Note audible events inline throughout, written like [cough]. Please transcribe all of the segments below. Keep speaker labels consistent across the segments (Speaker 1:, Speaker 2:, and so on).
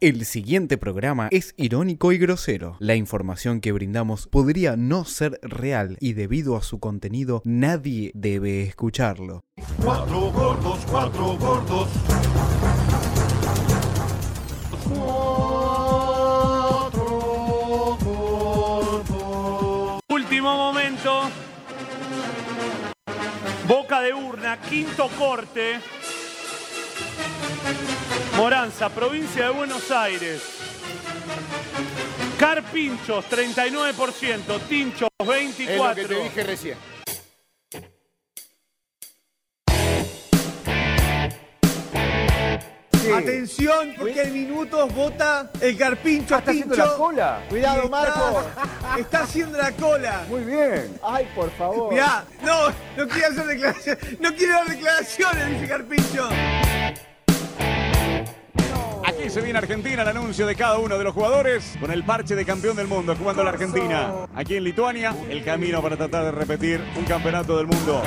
Speaker 1: El siguiente programa es irónico y grosero. La información que brindamos podría no ser real y debido a su contenido nadie debe escucharlo.
Speaker 2: Cuatro gordos, cuatro gordos. Cuatro gordos.
Speaker 3: Último momento. Boca de urna, quinto corte. Moranza, provincia de Buenos Aires. Carpinchos, 39%. Tinchos, 24%.
Speaker 4: Es lo que te dije recién.
Speaker 5: Atención, porque en minutos vota el carpincho
Speaker 6: Ah,
Speaker 4: ¿Está haciendo
Speaker 5: Pincho.
Speaker 4: la cola?
Speaker 5: Cuidado,
Speaker 4: Está-
Speaker 5: Marco. Está haciendo la cola.
Speaker 4: Muy bien. Ay, por favor.
Speaker 5: Mirá, no, no quiere hacer declaraciones. No quiere dar declaraciones, dice Carpincho.
Speaker 7: Aquí se viene Argentina el anuncio de cada uno de los jugadores con el parche de campeón del mundo jugando a la Argentina. Aquí en Lituania, el camino para tratar de repetir un campeonato del mundo.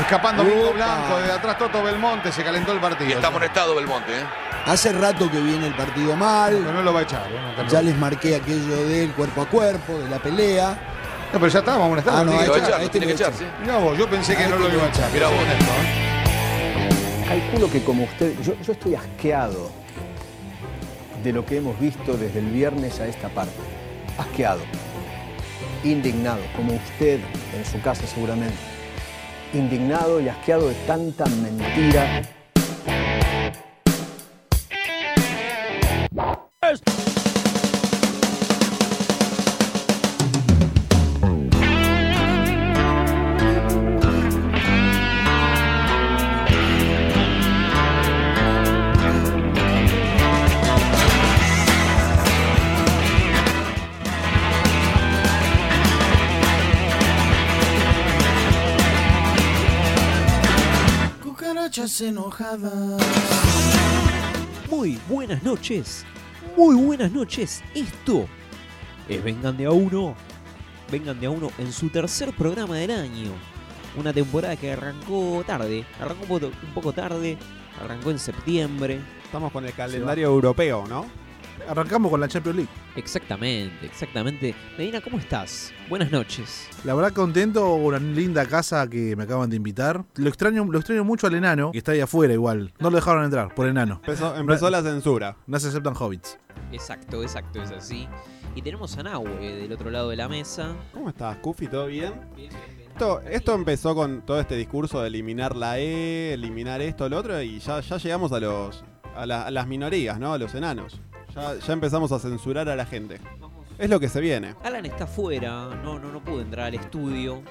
Speaker 4: Escapando Mingo Blanco, desde atrás Toto Belmonte, se calentó el partido.
Speaker 8: Y está molestado Belmonte, ¿eh?
Speaker 9: Hace rato que viene el partido
Speaker 4: Pero
Speaker 9: mal,
Speaker 4: no lo va a echar. ¿eh? No, está-
Speaker 9: ya les marqué aquello del cuerpo a cuerpo, de la pelea.
Speaker 4: No, pero ya estábamos molestados.
Speaker 9: Ah, no,
Speaker 4: tiene
Speaker 8: Lo
Speaker 4: que
Speaker 8: va a
Speaker 9: echar,
Speaker 8: echar,
Speaker 9: ahí
Speaker 8: lo tiene que
Speaker 9: tiene que
Speaker 8: echar, sí.
Speaker 9: echar.
Speaker 4: Mirá vos, yo pensé
Speaker 5: Ah,
Speaker 4: que no
Speaker 5: este
Speaker 4: lo iba a echar.
Speaker 8: Mirá vos, Nelson. ¿eh?
Speaker 6: Calculo que como usted, yo, yo estoy asqueado de lo que hemos visto desde el viernes a esta parte. Asqueado, indignado, como usted en su casa seguramente. Indignado y asqueado de tanta mentira.
Speaker 10: Muy buenas noches, muy buenas noches. Esto es Vengan de a uno, Vengan de a uno en su tercer programa del año. Una temporada que arrancó tarde, arrancó un poco, un poco tarde, arrancó en septiembre.
Speaker 11: Estamos con el calendario europeo, ¿no?
Speaker 5: Arrancamos con la Champions League.
Speaker 10: Exactamente, exactamente. Medina, ¿cómo estás? Buenas noches.
Speaker 5: La verdad contento, una linda casa que me acaban de invitar. Lo extraño, lo extraño mucho al enano, que está ahí afuera igual. No lo dejaron entrar, por enano.
Speaker 11: Empezó, empezó la censura.
Speaker 5: No se aceptan hobbits.
Speaker 10: Exacto, exacto, es así. Y tenemos a Nahue del otro lado de la mesa.
Speaker 11: ¿Cómo estás, Kufi? ¿Todo bien? Esto, esto empezó con todo este discurso de eliminar la E, eliminar esto, lo otro, y ya, ya llegamos a los a, la- a las minorías, ¿no? A los enanos. Ya, ya empezamos a censurar a la gente. Es lo que se viene.
Speaker 10: Alan está fuera, no, no, no pudo entrar al estudio.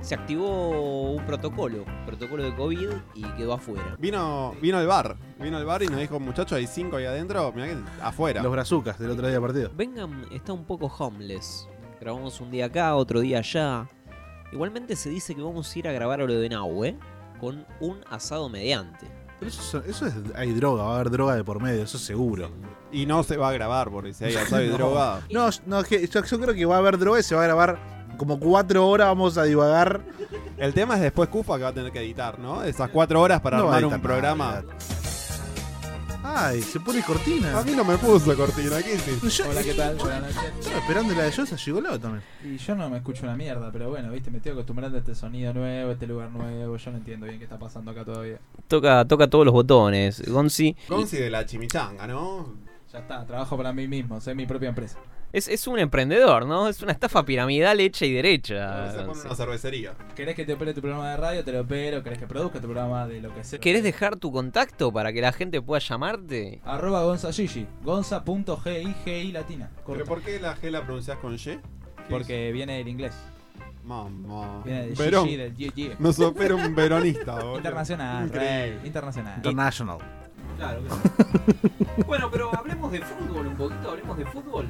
Speaker 10: Se activó un protocolo, protocolo de COVID y quedó afuera.
Speaker 11: Vino, vino el bar, vino el bar y nos dijo, muchachos, hay cinco ahí adentro, mirá que afuera.
Speaker 5: Los brazucas del otro día del partido.
Speaker 10: Vengan está un poco homeless. Grabamos un día acá, otro día allá. Igualmente se dice que vamos a ir a grabar a lo de Nahue con un asado mediante.
Speaker 5: Pero eso, eso es, hay droga, va a haber droga de por medio, eso seguro.
Speaker 11: Y no se va a grabar, eh, porque si
Speaker 5: [laughs]
Speaker 11: hay asado y
Speaker 5: No.
Speaker 11: droga.
Speaker 5: No, no es que yo, yo creo que va a haber droga y se va a grabar como cuatro horas, vamos a divagar.
Speaker 11: El tema es después Kufa que va a tener que editar, ¿no? Esas cuatro horas para
Speaker 5: No va a
Speaker 11: armar un
Speaker 5: editar
Speaker 11: programa.
Speaker 5: nada. Ay, se pone cortina.
Speaker 11: A mí no me puso cortina, ¿qué
Speaker 5: Yo,
Speaker 11: hiciste?
Speaker 5: Hola, ¿qué tal? Estaba esperando la de Yosa Gigoló también.
Speaker 6: Y yo no me escucho una mierda, pero bueno, viste, me estoy acostumbrando a este sonido nuevo, a este lugar nuevo, yo no entiendo bien qué está pasando acá todavía.
Speaker 10: Toca, toca todos los botones, Gonzi.
Speaker 11: Gonzi de la chimichanga, ¿no?
Speaker 6: Ya está, trabajo para mí mismo, soy mi propia empresa.
Speaker 10: Es, un emprendedor, ¿no? Es una estafa piramidal hecha y
Speaker 11: Se
Speaker 10: derecha.
Speaker 11: pone una cervecería.
Speaker 6: ¿Querés que te opere tu programa de radio? Te lo opero, ¿querés que produzca tu programa de lo que sea?
Speaker 10: ¿Querés dejar tu contacto para que la gente pueda llamarte?
Speaker 11: Ah.
Speaker 6: Arroba Gonza Gigi, gonza.gigi latina.
Speaker 11: ¿Pero
Speaker 6: Corto.
Speaker 11: por qué la G la pronunciás con Y?
Speaker 6: Porque viene del inglés.
Speaker 11: Mamá.
Speaker 6: Viene del
Speaker 11: Verón.
Speaker 6: Gigi, del GG.
Speaker 11: Nos opera un
Speaker 6: [laughs]
Speaker 11: veronista, boludo.
Speaker 6: Internacional,
Speaker 11: Increíble.
Speaker 6: rey. Internacional.
Speaker 5: International.
Speaker 10: Claro que bueno, pero hablemos de fútbol un poquito, hablemos de fútbol.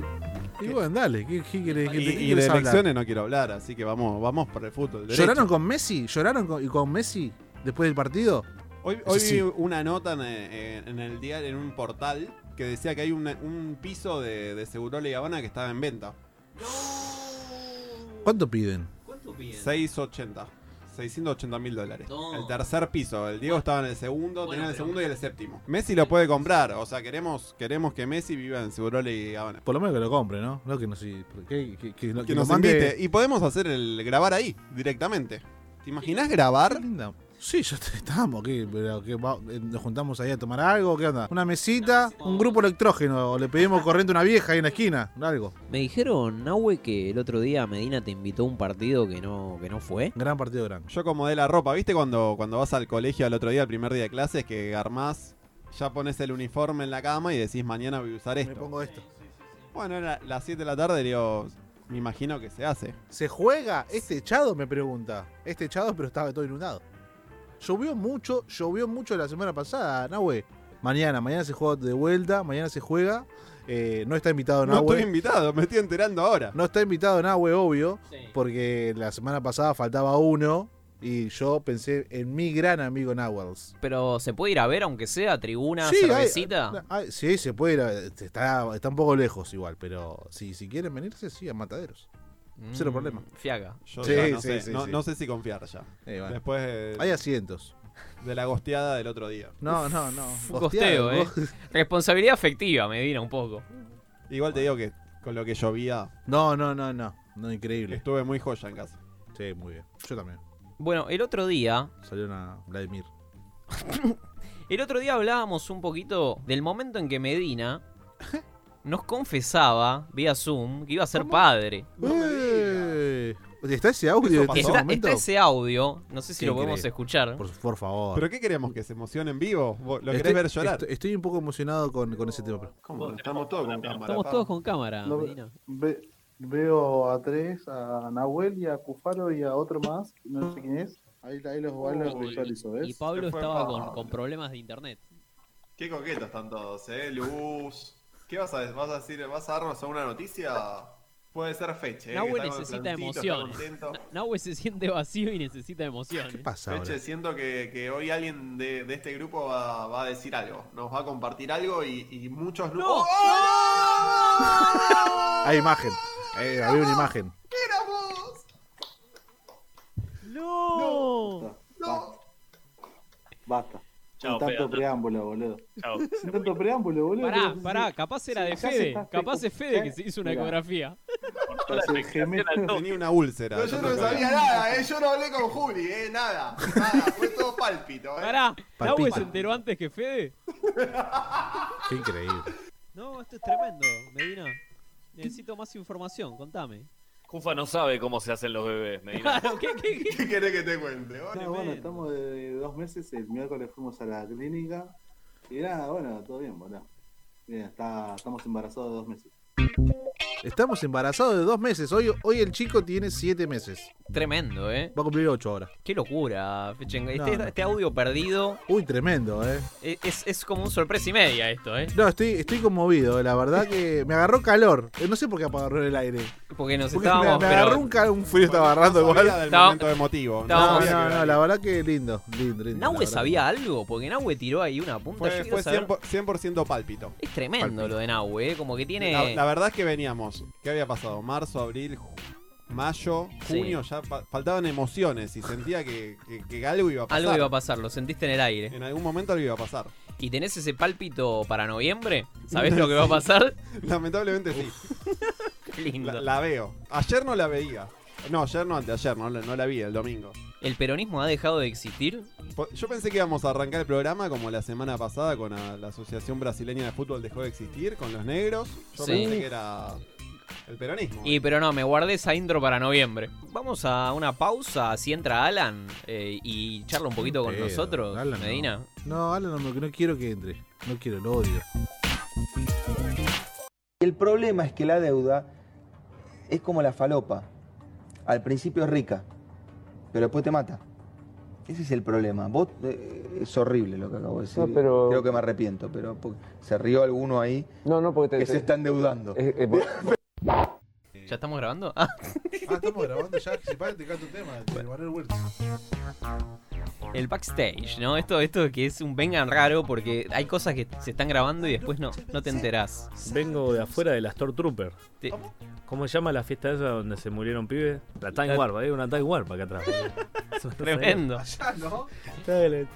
Speaker 5: Y bueno, dale, ¿qué, qué, querés- qué-
Speaker 11: Y,
Speaker 5: qué
Speaker 11: y de
Speaker 5: querés hablar?
Speaker 11: elecciones no quiero hablar, así que vamos, vamos por el fútbol. derecho.
Speaker 5: ¿Lloraron con Messi? ¿Lloraron con, y con Messi después del partido?
Speaker 11: Hoy, hoy
Speaker 5: Eso sí.
Speaker 11: vi una nota en, eh, en el diario, en un portal, que decía que hay una- un piso de, de Segurola y Habana que estaba en venta.
Speaker 5: ¿Cuánto piden?
Speaker 11: 6.80. 680 mil dólares. El tercer piso. El Diego estaba en el segundo,
Speaker 4: Bueno,
Speaker 11: tenía el
Speaker 4: pero-
Speaker 11: segundo y el séptimo. Messi lo puede comprar. O sea, queremos, queremos que Messi viva en Segurola y Habana.
Speaker 5: Por lo menos que lo compre, ¿no? No que nos, que, que- que- que
Speaker 11: Que
Speaker 5: nos
Speaker 11: nos
Speaker 5: mande-
Speaker 11: invite. Y podemos hacer el grabar ahí, directamente. ¿Te imaginas grabar?
Speaker 5: Sí, ya te- estamos aquí, pero que va- eh, nos juntamos ahí a tomar algo, ¿qué onda? Una mesita, un grupo electrógeno, o le pedimos corriente a una vieja ahí en la esquina, algo.
Speaker 12: Me dijeron, Nahue, que el otro día Medina te invitó a un partido que no, que no fue.
Speaker 5: Gran partido, gran.
Speaker 11: Yo acomodé la ropa, ¿viste? Cuando, cuando vas al colegio al otro día, el primer día de clases, que armás, ya pones el uniforme en la cama y decís mañana voy a usar esto.
Speaker 5: pongo esto.
Speaker 11: Bueno, era las 7 de la tarde, digo, me imagino que se hace.
Speaker 5: ¿Se juega? ¿Este echado? Me pregunta. Este echado, pero estaba todo inundado. Llovió mucho, llovió mucho la semana pasada, Nahue. Mañana, mañana se juega de vuelta, mañana se juega. Eh, no está invitado
Speaker 11: No
Speaker 5: Nahue.
Speaker 11: estoy invitado, me estoy enterando ahora.
Speaker 5: No está invitado Nahue, obvio, porque la semana pasada faltaba uno y yo pensé en mi gran amigo Nahuels.
Speaker 10: Pero se puede ir a ver, aunque sea, tribuna,
Speaker 5: Sí, hay-
Speaker 10: cervecita.
Speaker 5: Ay, sí, se puede ir. a- Está, está un poco lejos igual, pero si, si quieren venirse, sí, a Mataderos. Cero
Speaker 11: Mm,
Speaker 5: problema.
Speaker 10: fiaca.
Speaker 11: Yo
Speaker 5: Sí,
Speaker 11: ya no,
Speaker 5: sí,
Speaker 11: sé,
Speaker 5: sí,
Speaker 11: no,
Speaker 5: sí.
Speaker 11: no sé si confiar ya.
Speaker 5: Eh, bueno.
Speaker 11: Después de,
Speaker 5: Hay asientos.
Speaker 11: de la gosteada del otro día.
Speaker 5: No, no, no.
Speaker 10: Un costeo, ¿eh? Responsabilidad afectiva, Medina, un poco.
Speaker 11: Igual te digo que con lo que llovía,
Speaker 5: No, no, no, no. No, increíble.
Speaker 11: estuve muy joya en casa.
Speaker 5: Sí, muy bien. Yo también.
Speaker 10: Bueno, el otro día,
Speaker 5: Salió una Vladimir.
Speaker 10: el otro día hablábamos un poquito del momento en
Speaker 12: [laughs]
Speaker 10: que Medina nos confesaba vía Zoom que iba a ser padre.
Speaker 5: Eh, ¿Está ese audio? de ese
Speaker 10: Está,
Speaker 5: momento?
Speaker 10: está ese audio, no sé si
Speaker 5: Qué
Speaker 10: lo podemos
Speaker 5: increíble.
Speaker 10: escuchar.
Speaker 5: Por, por favor.
Speaker 11: ¿Pero qué queremos? ¿Que se emocione en vivo? ¿Vos ¿Lo
Speaker 5: Estoy-
Speaker 11: querés ver llorar?
Speaker 5: Estoy, estoy un poco emocionado con, con ese tema. pero-
Speaker 11: Estamos todos con cámara.
Speaker 10: Estamos todos con cámara,
Speaker 13: No,
Speaker 10: Medina.
Speaker 13: ve- veo a tres, a Nahuel y a Cufaro y a otro más, no sé quién es. Ahí, ahí los, ahí los visualizo, ¿ves?
Speaker 10: Y Pablo
Speaker 13: Se fue
Speaker 10: estaba
Speaker 13: Pablo.
Speaker 10: con, con problemas de internet.
Speaker 8: Qué coquetos están todos, eh. Luz. ¿Qué vas a decir? ¿Vas a decir? ¿Vas a darnos alguna noticia? Puede ser fecha, eh.
Speaker 10: Nahue
Speaker 8: que está
Speaker 10: necesita
Speaker 8: contentito,
Speaker 10: emociones.
Speaker 8: está contento.
Speaker 10: Na- Nahue se siente vacío y necesita emociones. ¿Qué
Speaker 5: pasa
Speaker 8: Feche, siento que, que hoy alguien de, de este grupo va, va a decir algo. Nos va a compartir algo y, y muchos grupos.
Speaker 5: ¡Oh, Hay Ah, imagen. Eh, había una imagen.
Speaker 10: ¡No!
Speaker 13: No. Basta. Basta.
Speaker 10: Chao,
Speaker 13: Con tanto
Speaker 10: Fede, anda.
Speaker 13: preámbulo, boludo. Con tanto preámbulo, boludo.
Speaker 10: Pará, pará, capaz era
Speaker 13: Sí,
Speaker 10: de
Speaker 13: ya se
Speaker 10: Fede.
Speaker 13: está-
Speaker 10: Capaz es Fede que
Speaker 13: ya-
Speaker 10: se hizo una
Speaker 13: Mirá.
Speaker 10: ecografía.
Speaker 11: [laughs] Tenía una úlcera.
Speaker 8: No, yo no sabía nada, eh. Yo no hablé con Juli, eh. Nada. Nada. Fue todo pálpito, eh.
Speaker 10: Pará, ¿Nahue
Speaker 5: Palpita.
Speaker 10: se enteró antes que Fede?
Speaker 5: Qué increíble.
Speaker 10: No, esto es tremendo, Medina. Necesito más información, [laughs] contame.
Speaker 14: Cufa no sabe cómo se hacen los bebés,
Speaker 10: [laughs]
Speaker 14: Medina.
Speaker 8: ¿Qué querés que te cuente?
Speaker 13: No, Ah, bueno, estamos de, de dos meses, el miércoles fuimos a la clínica y nada, bueno, todo bien, boludo. Bien, está, Ah, estamos embarazados de dos meses.
Speaker 5: Estamos embarazados de dos meses. Hoy, hoy el chico tiene siete meses.
Speaker 10: Tremendo, ¿eh?
Speaker 5: Va a cumplir ocho ahora.
Speaker 10: Qué locura, Fechen. Este,
Speaker 5: no.
Speaker 10: este audio perdido
Speaker 5: Uy, tremendo, ¿eh?
Speaker 10: e- es, es como un sorpresa y media esto, ¿eh?
Speaker 5: No, estoy, estoy conmovido. eh. La verdad que me agarró calor. Eh, No sé por qué apagaron el aire.
Speaker 10: Porque nos
Speaker 5: Porque me,
Speaker 10: estábamos.
Speaker 5: me agarró
Speaker 10: pero-
Speaker 5: un, ca- un frío, estaba agarrando
Speaker 11: sabía
Speaker 5: igual.
Speaker 11: del
Speaker 10: Estaba-
Speaker 11: momento emotivo.
Speaker 5: No,
Speaker 10: estábamos-
Speaker 5: no, no, la verdad que lindo, lindo, lindo.
Speaker 10: ¿Nahue sabía algo? Porque Nahue tiró ahí una punta. yo
Speaker 11: Fue,
Speaker 10: quiero
Speaker 11: fue
Speaker 10: saber-
Speaker 11: 100%, pálpito.
Speaker 10: Es tremendo lo de Nahue, ¿eh? Como que tiene.
Speaker 11: La, la verdad es que veníamos. ¿Qué había pasado? Marzo, abril, ju- mayo,
Speaker 10: Sí.
Speaker 11: junio. Ya fa- faltaban emociones y sentía que, que- que algo iba a pasar.
Speaker 10: Algo iba a pasar, lo sentiste en el aire.
Speaker 11: En algún momento algo iba a pasar. [laughs]
Speaker 10: ¿Y tenés ese pálpito para noviembre? ¿Sabés lo que va a pasar?
Speaker 11: Lamentablemente sí.
Speaker 10: [laughs]
Speaker 11: La, la veo. Ayer no la veía. No, ayer no, anteayer, no, la- no la vi, el domingo.
Speaker 10: ¿El peronismo ha dejado de existir?
Speaker 11: Po- Yo pensé que íbamos a arrancar el programa como la semana pasada con a- la Asociación Brasileña de Fútbol dejó de existir, con los negros. Yo
Speaker 10: Sí.
Speaker 11: pensé que era el peronismo.
Speaker 10: Y pero no, me guardé esa intro para noviembre. Vamos a una pausa, si entra Alan eh, y charla un poquito con
Speaker 5: Pero,
Speaker 10: nosotros,
Speaker 5: Alan, no.
Speaker 10: Medina.
Speaker 5: No, Alan, no, no quiero que entre. No quiero, lo odio.
Speaker 15: Y el problema es que la deuda es como la falopa. Al principio es rica, pero después te mata. Ese es el problema. Vos, eh, es horrible lo que acabo de decir.
Speaker 16: No, pero-
Speaker 15: Creo que me arrepiento, pero porque se rió alguno ahí
Speaker 16: No, no, porque te,
Speaker 15: que se está endeudando.
Speaker 10: ¿Ya estamos grabando? [laughs] Ah.
Speaker 5: Ah, estamos grabando ya. Si pará, te canto un tema. del Manuel Huerta.
Speaker 10: el backstage, ¿no? Esto, esto que es un vengan raro porque hay cosas que se están grabando y después no, no te enterás.
Speaker 4: Vengo de afuera de la Stormtrooper. ¿Cómo se llama la fiesta esa donde se murieron pibes? La Time
Speaker 10: La-
Speaker 4: Warp, hay una Time Warp acá atrás.
Speaker 10: Tremendo.
Speaker 5: Allá, ¿no?
Speaker 4: Dale,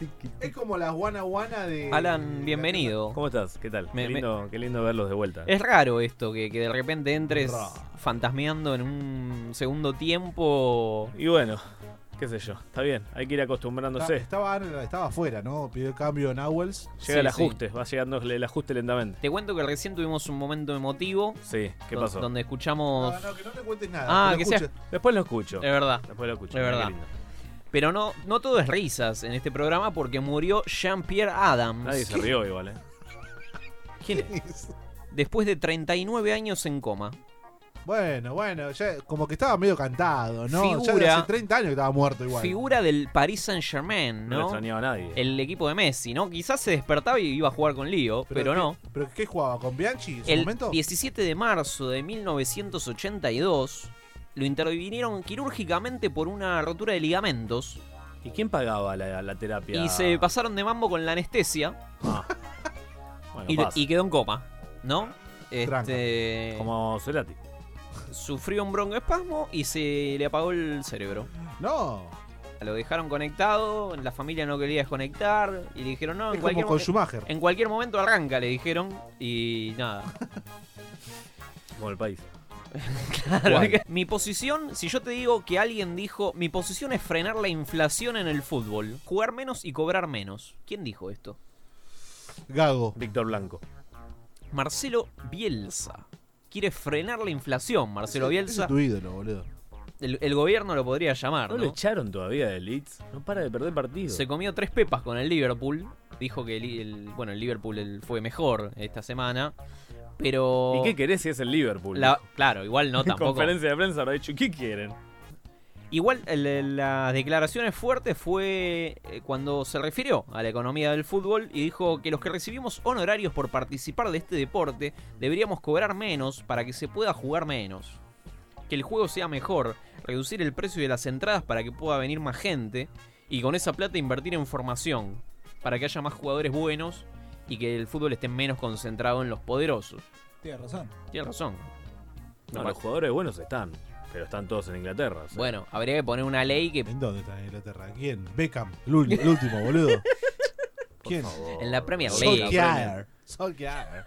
Speaker 5: Es como la guana guana de.
Speaker 10: Alan, bienvenido.
Speaker 4: ¿Cómo estás? ¿Qué tal?
Speaker 10: Me-
Speaker 4: qué,
Speaker 10: me-
Speaker 4: lindo, qué lindo verlos de vuelta.
Speaker 10: Es raro esto, que, que de repente entres
Speaker 4: Raro.
Speaker 10: fantasmeando en un segundo tiempo.
Speaker 4: Y bueno, qué sé yo, está bien, hay que ir acostumbrándose.
Speaker 5: Está- Estaba, estaba afuera, ¿no? Pidió cambio en Owls.
Speaker 10: Ah,
Speaker 4: Llega el ajuste, va llegando el ajuste lentamente.
Speaker 10: Te cuento que recién tuvimos un momento emotivo.
Speaker 4: Sí, ¿qué
Speaker 10: don-
Speaker 4: pasó?
Speaker 10: Donde escuchamos.
Speaker 5: No, no, que no te cuentes nada.
Speaker 10: Ah,
Speaker 5: lo
Speaker 10: que sea.
Speaker 5: escuches.
Speaker 4: Después lo escucho.
Speaker 10: Es verdad.
Speaker 4: Después lo escucho.
Speaker 10: Es
Speaker 4: mirá qué
Speaker 10: verdad.
Speaker 4: lindo.
Speaker 10: Pero no, no todo es risas en este programa porque murió Jean-Pierre Adams.
Speaker 4: Nadie se rió igual, ¿eh?
Speaker 10: ¿Quién es? Después de 39 años en coma.
Speaker 5: Bueno, bueno, ya como que estaba medio cantado, ¿no?
Speaker 10: Figura-
Speaker 5: ya hace 30 años que estaba muerto igual.
Speaker 10: Figura del Paris Saint-Germain,
Speaker 5: No
Speaker 10: ¿no?
Speaker 5: lo
Speaker 4: extrañaba nadie.
Speaker 10: El equipo de Messi, ¿no? Quizás se despertaba y iba a jugar con Lío, pero, no.
Speaker 5: ¿Pero qué jugaba? ¿Con Bianchi en su
Speaker 10: El
Speaker 5: momento?
Speaker 10: 17 de marzo de 1982 lo intervinieron quirúrgicamente por una rotura de ligamentos.
Speaker 4: ¿Y quién pagaba la, la terapia?
Speaker 10: Y se pasaron de mambo con la anestesia
Speaker 4: Bueno,
Speaker 10: y, lo-
Speaker 4: pasa.
Speaker 10: y quedó en coma, ¿no? Este,
Speaker 4: Como Cerati.
Speaker 10: Sufrió un broncoespasmo y se le apagó el cerebro.
Speaker 5: No.
Speaker 10: Lo dejaron conectado, la familia no quería desconectar y le dijeron no.
Speaker 5: Es como con
Speaker 10: mo-
Speaker 5: Schumacher.
Speaker 10: En cualquier momento arranca, le dijeron y nada.
Speaker 4: Como el país.
Speaker 10: Claro, es que mi posición, si yo te digo que alguien dijo, mi posición es frenar la inflación en el fútbol, jugar menos y cobrar menos. ¿Quién dijo esto?
Speaker 5: Gago.
Speaker 4: Víctor Blanco.
Speaker 10: Marcelo Bielsa. Quiere frenar la inflación, Marcelo
Speaker 5: Ese- ese
Speaker 10: Bielsa.
Speaker 5: es tu ídolo, boludo.
Speaker 10: El, el gobierno lo podría llamar,
Speaker 4: No
Speaker 10: ¿no?
Speaker 4: lo echaron todavía de Leeds. No para de perder partidos.
Speaker 10: Se comió tres pepas con el Liverpool. Dijo que el, el- bueno, el Liverpool el- fue mejor esta semana. Pero.
Speaker 4: ¿Y qué querés si es el Liverpool?
Speaker 10: La- claro, igual
Speaker 4: [laughs]
Speaker 10: no
Speaker 4: En
Speaker 10: tampoco.
Speaker 4: conferencia de prensa habrá dicho, ¿qué quieren?
Speaker 10: Igual el- el- las declaraciones fuertes fue eh, cuando se refirió a la economía del fútbol y dijo que los que recibimos honorarios por participar de este deporte deberíamos cobrar menos para que se pueda jugar menos. Que el juego sea mejor, reducir el precio de las entradas para que pueda venir más gente y con esa plata invertir en formación para que haya más jugadores buenos y que el fútbol esté menos concentrado en los poderosos.
Speaker 17: Tienes razón.
Speaker 10: Tiene razón.
Speaker 4: No,
Speaker 10: No,
Speaker 4: los jugadores buenos están, pero están todos en Inglaterra. o sea.
Speaker 10: Bueno, habría que poner una ley que...
Speaker 5: ¿En dónde está Inglaterra? ¿Quién? Beckham, el, ul- el último,
Speaker 10: [laughs]
Speaker 5: boludo. ¿Quién?
Speaker 10: En la Premier League.
Speaker 5: Solskjaer. Solskjaer.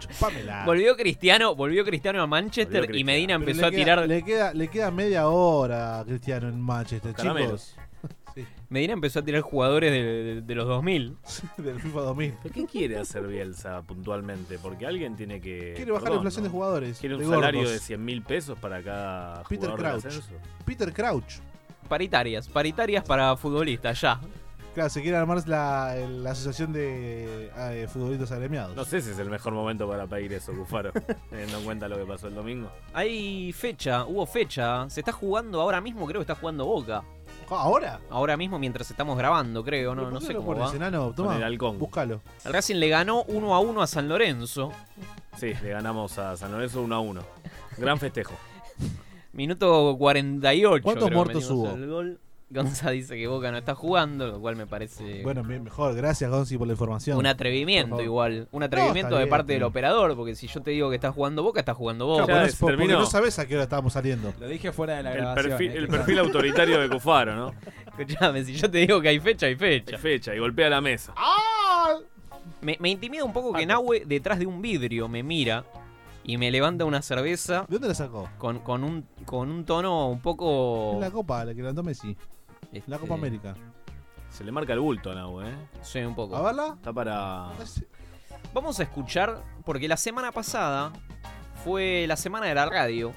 Speaker 5: Chupámela.
Speaker 10: Volvió Cristiano, volvió Cristiano a Manchester
Speaker 5: Ah. Volvió
Speaker 10: y Medina
Speaker 5: Pero
Speaker 10: empezó a
Speaker 5: le queda-
Speaker 10: tirar.
Speaker 5: Le queda, le queda media hora a Cristiano en Manchester,
Speaker 10: Caramelos.
Speaker 5: chicos.
Speaker 10: Medina empezó a tirar jugadores de, de- de los 2000.
Speaker 5: [laughs] Del FIFA 2000.
Speaker 4: ¿Pero qué quiere hacer Bielsa puntualmente? Porque alguien tiene que.
Speaker 5: Quiere bajar la
Speaker 4: Perdón,
Speaker 5: inflación de jugadores.
Speaker 4: Quiere un
Speaker 5: de
Speaker 4: salario
Speaker 5: gordos.
Speaker 4: de 100 mil pesos para cada
Speaker 5: Peter
Speaker 4: jugador
Speaker 5: Crouch.
Speaker 4: de ascenso.
Speaker 5: Peter Crouch.
Speaker 10: Paritarias, paritarias para futbolistas, ya.
Speaker 5: Claro, se quiere armar la, la asociación de ah, de futbolistas agremiados.
Speaker 4: No sé si es el mejor momento para pedir eso,
Speaker 5: [laughs]
Speaker 4: Cufaro, teniendo en cuenta lo que pasó el domingo.
Speaker 10: Hay fecha, hubo fecha. Se está jugando ahora mismo, creo que está jugando Boca.
Speaker 5: Ah, ¿Ahora?
Speaker 10: Ahora mismo mientras estamos grabando, creo, no, no sé
Speaker 5: lo
Speaker 10: cómo
Speaker 5: pones,
Speaker 10: va.
Speaker 5: enano? Toma,
Speaker 4: Con el halcón.
Speaker 5: búscalo.
Speaker 10: El Racing le ganó 1 a 1 a San Lorenzo.
Speaker 4: Sí, le ganamos a San Lorenzo 1 a 1. Gran festejo.
Speaker 10: Minuto 48.
Speaker 5: ¿Cuántos
Speaker 10: creo que
Speaker 5: muertos
Speaker 10: metimos
Speaker 5: hubo?
Speaker 10: el gol. Gonza dice que Boca no está jugando, lo cual me parece
Speaker 5: Bueno, bien, mejor. Gracias, Gonzi, por la información.
Speaker 10: un
Speaker 5: Por
Speaker 10: atrevimiento
Speaker 5: favor.
Speaker 10: igual. Un
Speaker 5: No,
Speaker 10: atrevimiento
Speaker 5: está
Speaker 10: de
Speaker 5: bien,
Speaker 10: parte del
Speaker 5: bien.
Speaker 10: operador, porque si yo te digo que está jugando Boca, está jugando Boca.
Speaker 5: Claro, porque no- porque no sabes a qué hora estábamos saliendo.
Speaker 17: Lo dije fuera de la
Speaker 4: El
Speaker 17: grabación.
Speaker 4: perfil,
Speaker 17: eh,
Speaker 4: el
Speaker 17: que-
Speaker 4: perfil autoritario de Cufaro,
Speaker 10: [laughs]
Speaker 4: ¿no?
Speaker 10: [laughs] Escuchame, si yo te digo que hay fecha, hay fecha.
Speaker 4: Hay fecha y golpea la mesa.
Speaker 10: Me, me intimida un poco que Nahue detrás de un vidrio me mira y me levanta una cerveza. ¿De
Speaker 5: dónde la sacó?
Speaker 10: Con, con un, con un tono un poco.
Speaker 5: Es la copa, la que levantó Messi. La Copa
Speaker 10: este,
Speaker 5: América.
Speaker 4: Se le marca el bulto a Nahue, ¿eh?
Speaker 10: Sí, un poco.
Speaker 5: A verla.
Speaker 4: Está
Speaker 10: [laughs]
Speaker 4: para.
Speaker 10: Vamos a escuchar, porque la semana pasada fue la semana de la radio.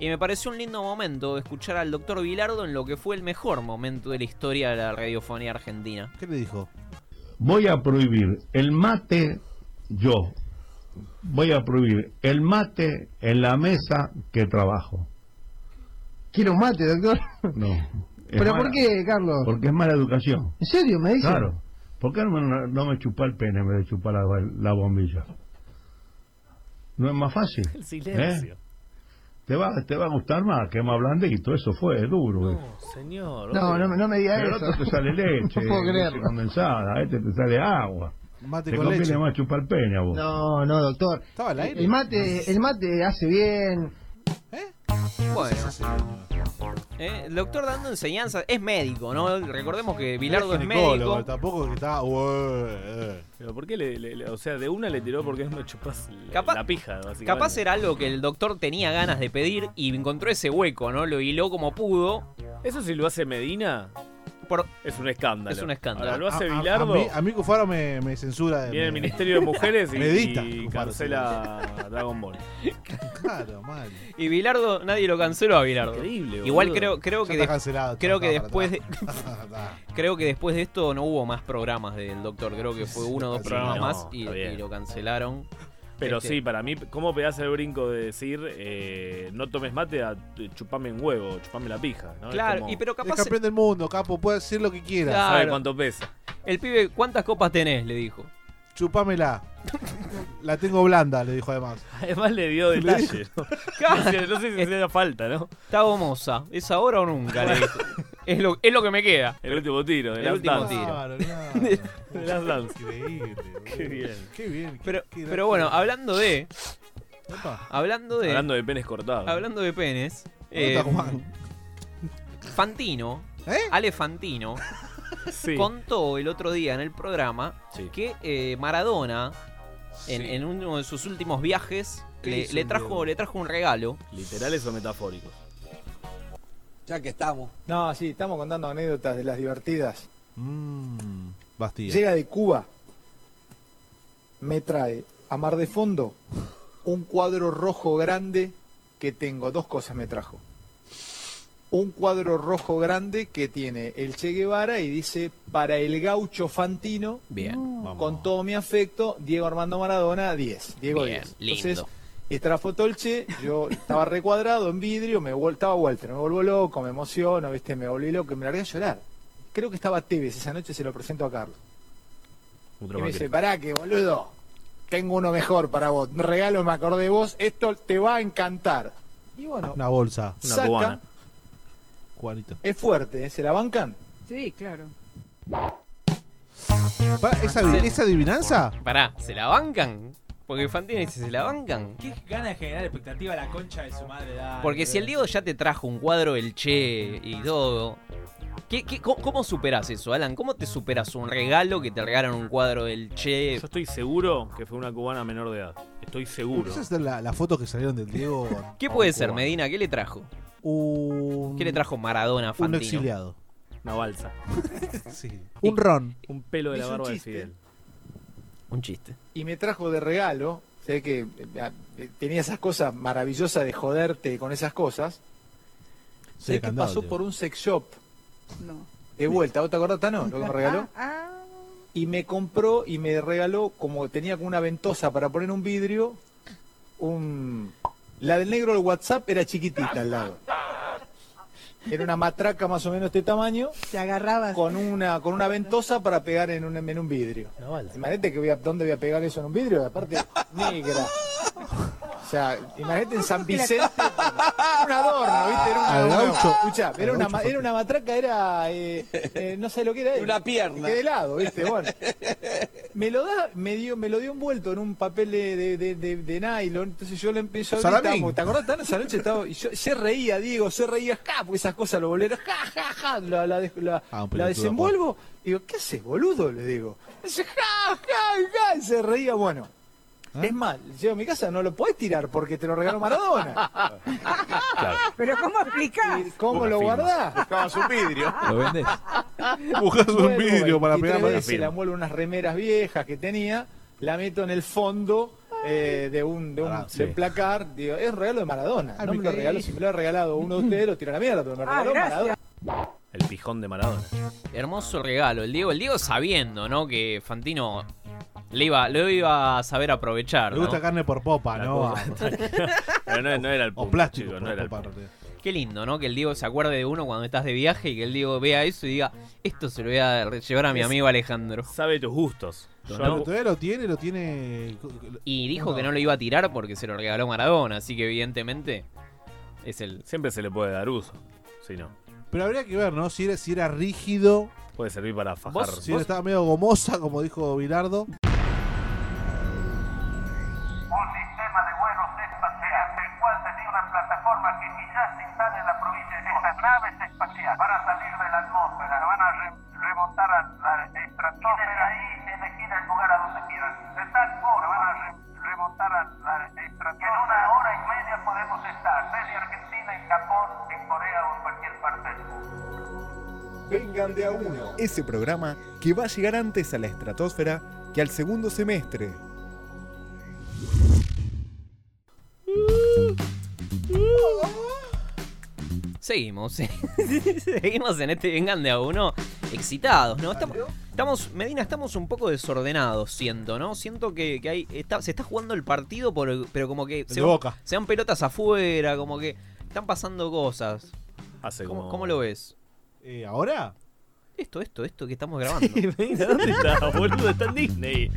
Speaker 10: Y me pareció un lindo momento escuchar al doctor Vilardo en lo que fue el mejor momento de la historia de la radiofonía argentina.
Speaker 5: ¿Qué le dijo?
Speaker 16: voy a prohibir el mate, yo, voy a prohibir el mate en la mesa que trabajo.
Speaker 18: Quiero mate, doctor.
Speaker 16: No. Es
Speaker 18: ¿Pero
Speaker 16: mala-
Speaker 18: por qué, Carlos?
Speaker 16: Porque es mala educación.
Speaker 18: ¿En serio me dice?
Speaker 16: Claro. ¿Por qué no, me- no me chupa el pene en vez de chupar la, la bombilla? ¿No es más fácil?
Speaker 4: El silencio.
Speaker 16: ¿Eh? Te va, te va a gustar más, que es más blandito. Eso fue duro. eso.
Speaker 4: Señor.
Speaker 18: No, no, me- no me diga
Speaker 16: Pero
Speaker 18: eso.
Speaker 16: al otro te
Speaker 18: [laughs]
Speaker 16: sale leche,
Speaker 18: No puedo
Speaker 16: leche
Speaker 18: creerlo.
Speaker 16: condensada, a este te sale agua.
Speaker 5: Mate
Speaker 16: te
Speaker 5: con
Speaker 16: conviene
Speaker 5: leche.
Speaker 16: más chupar peña vos.
Speaker 18: No, no, doctor.
Speaker 5: al aire.
Speaker 18: El mate, el mate hace bien.
Speaker 10: Bueno. Eh, el doctor dando enseñanzas. Es médico, ¿no? Recordemos que Bilardo es, médico.
Speaker 5: Tampoco es que está.
Speaker 4: Pero ¿por qué le, le- le- O sea, de una le tiró porque no chupás la, la pija, básicamente.
Speaker 10: Capaz era algo que el doctor tenía ganas de pedir y encontró ese hueco, ¿no? Lo hiló como pudo.
Speaker 4: Eso si lo hace Medina. Es un escándalo.
Speaker 10: Es un escándalo.
Speaker 4: Ahora, lo hace
Speaker 5: A- a-
Speaker 4: Bilardo.
Speaker 5: A, mí, a mí Cufaro me, me censura.
Speaker 4: Viene el
Speaker 5: me-
Speaker 4: Ministerio de Mujeres y,
Speaker 5: Medita.
Speaker 4: y
Speaker 5: Cufaro,
Speaker 4: cancela Dragon Ball.
Speaker 5: [laughs] Claro, mal.
Speaker 10: Y Bilardo, nadie lo canceló a [laughs] Bilardo.
Speaker 4: boludo.
Speaker 10: Igual creo, creo
Speaker 5: Ya
Speaker 10: que
Speaker 5: está
Speaker 10: des-
Speaker 5: cancelado,
Speaker 10: creo que
Speaker 5: está,
Speaker 10: después de, [laughs]
Speaker 5: está.
Speaker 10: creo que después de esto no hubo más programas del doctor. Creo que fue uno o dos
Speaker 4: Sí,
Speaker 10: programas
Speaker 4: no,
Speaker 10: más y,
Speaker 4: está bien.
Speaker 10: y lo cancelaron.
Speaker 4: Pero
Speaker 10: Este,
Speaker 4: sí, para mí, ¿cómo pegás el brinco de decir eh, no tomes mate a eh, chupame un huevo, chupame la pija? ¿no? Es
Speaker 10: Claro,
Speaker 4: como,
Speaker 10: y pero
Speaker 5: Es
Speaker 10: capaz
Speaker 5: campeón del mundo, capo. Puede decir lo que quiera.
Speaker 4: ¿sabe
Speaker 10: Claro.
Speaker 4: cuánto pesa?
Speaker 10: el pibe, ¿cuántas copas tenés?
Speaker 4: [laughs]
Speaker 10: Le dijo. [laughs]
Speaker 5: Chupámela. La tengo blanda, le dijo además.
Speaker 4: Además le dio detalle. ¿no? [laughs] No sé- no sé si hacía falta, ¿no?
Speaker 10: Está gomosa. ¿Es ahora o nunca?
Speaker 4: [laughs]
Speaker 10: Le dijo. Es lo, es lo que me queda.
Speaker 4: El último tiro, el,
Speaker 10: El último tiro.
Speaker 5: Claro, claro.
Speaker 10: [laughs]
Speaker 4: El Last Dance.
Speaker 5: Increíble.
Speaker 4: [laughs]
Speaker 5: boludo.
Speaker 4: Qué bien.
Speaker 5: Qué bien.
Speaker 10: Pero,
Speaker 5: qué-
Speaker 10: pero bueno, hablando de.
Speaker 5: Epa.
Speaker 10: Hablando de.
Speaker 4: Hablando de penes cortados.
Speaker 10: Hablando de penes.
Speaker 4: ¿Dónde está ¿Eh?
Speaker 10: eh, Fantino. Ale Fantino.
Speaker 4: Sí.
Speaker 10: Contó el otro día en el programa que eh, Maradona, en,
Speaker 4: Sí.
Speaker 10: en uno de sus últimos viajes,
Speaker 4: ¿Qué
Speaker 10: le,
Speaker 4: hizo
Speaker 10: le
Speaker 4: un
Speaker 10: trajo,
Speaker 4: Diego?
Speaker 10: le trajo un regalo.
Speaker 4: ¿Literales o metafóricos?
Speaker 6: Ya que estamos. No, sí, estamos contando anécdotas de las divertidas.
Speaker 5: Bastilla.
Speaker 6: Llega de Cuba, me trae a mar de fondo un cuadro rojo grande que tengo. Dos cosas me trajo. Un cuadro rojo grande que tiene el Che Guevara y dice para el gaucho Fantino.
Speaker 10: Bien.
Speaker 6: Con todo mi afecto, Diego Armando Maradona, 10. Diego
Speaker 10: Bien,
Speaker 6: 10.
Speaker 10: lindo.
Speaker 6: Entonces, estrafotó el che, yo estaba recuadrado en vidrio, me vuel- estaba Walter, me vuelvo loco, me emociono, viste, me volví loco, me largué a llorar. Creo que estaba Tevez esa noche, se lo presento a Carlos.
Speaker 4: Otro
Speaker 6: y me
Speaker 4: más
Speaker 6: dice, pará que, boludo, tengo uno mejor para vos. Un regalo, me acordé de vos, esto te va a encantar. Y bueno,
Speaker 5: Una bolsa.
Speaker 6: saca,
Speaker 5: Juanito.
Speaker 6: es fuerte, ¿eh? ¿se la bancan?
Speaker 19: Sí, claro.
Speaker 5: Pa- ¿Esa, esa adivinanza?
Speaker 10: Pará, ¿se la bancan? Porque Fantino dice, ¿se la bancan?
Speaker 20: Qué gana de generar expectativa a la concha de su madre. dale,
Speaker 10: Porque si el
Speaker 20: boludo.
Speaker 10: Diego ya te trajo un cuadro del Che y todo... ¿qué, qué- cómo, cómo superás eso, Alan? ¿Cómo te superas un regalo que te regalaron un cuadro del Che?
Speaker 4: Yo estoy seguro que fue una cubana menor de edad. Estoy seguro.
Speaker 5: Esas son la- las fotos que salieron del Diego.
Speaker 10: ¿Qué puede ser, Medina? ¿Qué le trajo?
Speaker 5: Un,
Speaker 10: ¿Qué le trajo Maradona a
Speaker 5: un
Speaker 10: Fantino?
Speaker 5: exiliado.
Speaker 4: Una balsa.
Speaker 5: Un ron.
Speaker 4: Un pelo de la
Speaker 6: Hizo un
Speaker 4: barba de
Speaker 6: chiste.
Speaker 4: Fidel.
Speaker 10: Un chiste.
Speaker 6: y me trajo de regalo, sé que eh, ah, eh, tenía esas cosas maravillosas de joderte con esas cosas, sé que
Speaker 5: candado,
Speaker 6: pasó
Speaker 5: tío.
Speaker 6: por un sex shop de vuelta, ¿vos te acordás, Tano, lo que me regaló? Y me compró y me regaló, como tenía como una ventosa para poner un vidrio, un... La del negro del WhatsApp era chiquitita al lado. Era una matraca más o menos de este tamaño. Te agarrabas. Con una, con una ventosa para pegar en un, en un vidrio. Imagínate que voy a, dónde voy a pegar eso en un vidrio, aparte negra. O sea, imagínate en San Vicente, un adorno, ¿viste? Era una,
Speaker 5: Al gaucho.
Speaker 6: Escuchá, era
Speaker 5: Al
Speaker 6: una,
Speaker 5: gaucho
Speaker 6: ma- era una matraca, era, eh, eh, no sé lo que era. Una pierna. de lado, ¿viste? Bueno. Me lo da, me dio, me lo dio envuelto en un papel de, de, de, de- de nylon, entonces yo le empiezo a abrir,
Speaker 5: Salamín.
Speaker 6: estábamos- ¿Te acordás? Tano? Esa noche estaba, y yo, se reía, Diego, se reía, ja, porque esas cosas, los boleros, ja, ja, ja, la, la, des- la-
Speaker 5: Ah, un
Speaker 6: la
Speaker 5: pelotudo,
Speaker 6: desenvuelvo. Digo, ¿qué haces, boludo? Le digo. Me dice, ja, ja, ja, y se reía, bueno. Es mal, llego a mi casa, no lo podés tirar porque te lo regaló Maradona. Pero ¿cómo explicás? ¿Cómo
Speaker 2: Una
Speaker 6: lo
Speaker 2: firma.
Speaker 6: guardás? Buscabas un vidrio.
Speaker 2: ¿Lo vendes?
Speaker 5: Buscás un
Speaker 6: Vuelvo,
Speaker 5: vidrio para
Speaker 6: 23
Speaker 5: pegar para la
Speaker 6: veces,
Speaker 5: firma.
Speaker 6: la envuelvo en unas remeras viejas que tenía, la meto en el fondo eh, de un, de un,
Speaker 5: Ah,
Speaker 6: de un
Speaker 5: sí.
Speaker 6: placar. Digo, es un regalo de Maradona.
Speaker 5: Ah,
Speaker 6: no
Speaker 5: me
Speaker 6: me lo
Speaker 5: caí.
Speaker 6: regaló, si me lo ha regalado uno de ustedes, lo tira a la mierda, pero me lo
Speaker 5: Ah,
Speaker 6: regaló
Speaker 5: gracias.
Speaker 6: Maradona.
Speaker 4: El pijón de Maradona.
Speaker 10: Hermoso regalo. El Diego, el Diego sabiendo, ¿no? Que Fantino le iba, lo iba a saber aprovechar.
Speaker 5: Le gusta
Speaker 10: ¿no?
Speaker 5: carne por popa, ¿no? [laughs]
Speaker 4: Pero no, no era el punto,
Speaker 5: plástico,
Speaker 4: chicos,
Speaker 5: por
Speaker 4: no era el
Speaker 5: popa,
Speaker 4: punto.
Speaker 10: Qué lindo, ¿no? Que el Diego se acuerde de uno cuando estás de viaje y que el Diego vea eso y diga, esto se lo voy a re- llevar a mi
Speaker 4: Es-
Speaker 10: amigo Alejandro.
Speaker 4: Sabe tus gustos.
Speaker 5: Yo lo- todavía lo tiene, lo tiene.
Speaker 10: Y dijo que no lo iba a tirar porque se lo regaló Maradona, así que evidentemente Es el...
Speaker 4: Siempre se le puede dar uso, si no.
Speaker 5: Pero habría que ver, ¿no? Si era, si era rígido,
Speaker 4: Puede servir para fajar.
Speaker 5: si era- estaba medio gomosa, como dijo Bilardo.
Speaker 19: Un sistema de vuelos espacial, el cual tenía una plataforma que quizás se instale en la provincia. Estas naves espaciales van a salir de la atmósfera, van a re- remontar a la estratosfera y elegir el lugar a donde quieran. De tal forma van a re- remontar a la estratosfera. En una hora y media podemos estar desde Argentina, en Japón, en Corea o en cualquier parte del mundo.
Speaker 1: Vengan de a uno. Ese programa que va a llegar antes a la estratosfera que al segundo semestre.
Speaker 10: Seguimos. [laughs] Seguimos en este Vengan de a uno. Excitados, ¿no? Estamos, estamos- Medina, estamos un poco desordenados, siento, ¿no? Siento que, que hay, está- se está jugando el partido, por- pero como que se,
Speaker 4: de
Speaker 10: van-
Speaker 4: Boca.
Speaker 10: se dan pelotas afuera, como que están pasando cosas.
Speaker 4: Hace
Speaker 10: ¿Cómo,
Speaker 4: como-
Speaker 10: cómo lo ves?
Speaker 5: Eh, ¿Ahora?
Speaker 10: Esto, esto, esto que
Speaker 4: [laughs]
Speaker 10: estamos grabando.
Speaker 4: Medina, ¿dónde estás, boludo? Está en Disney.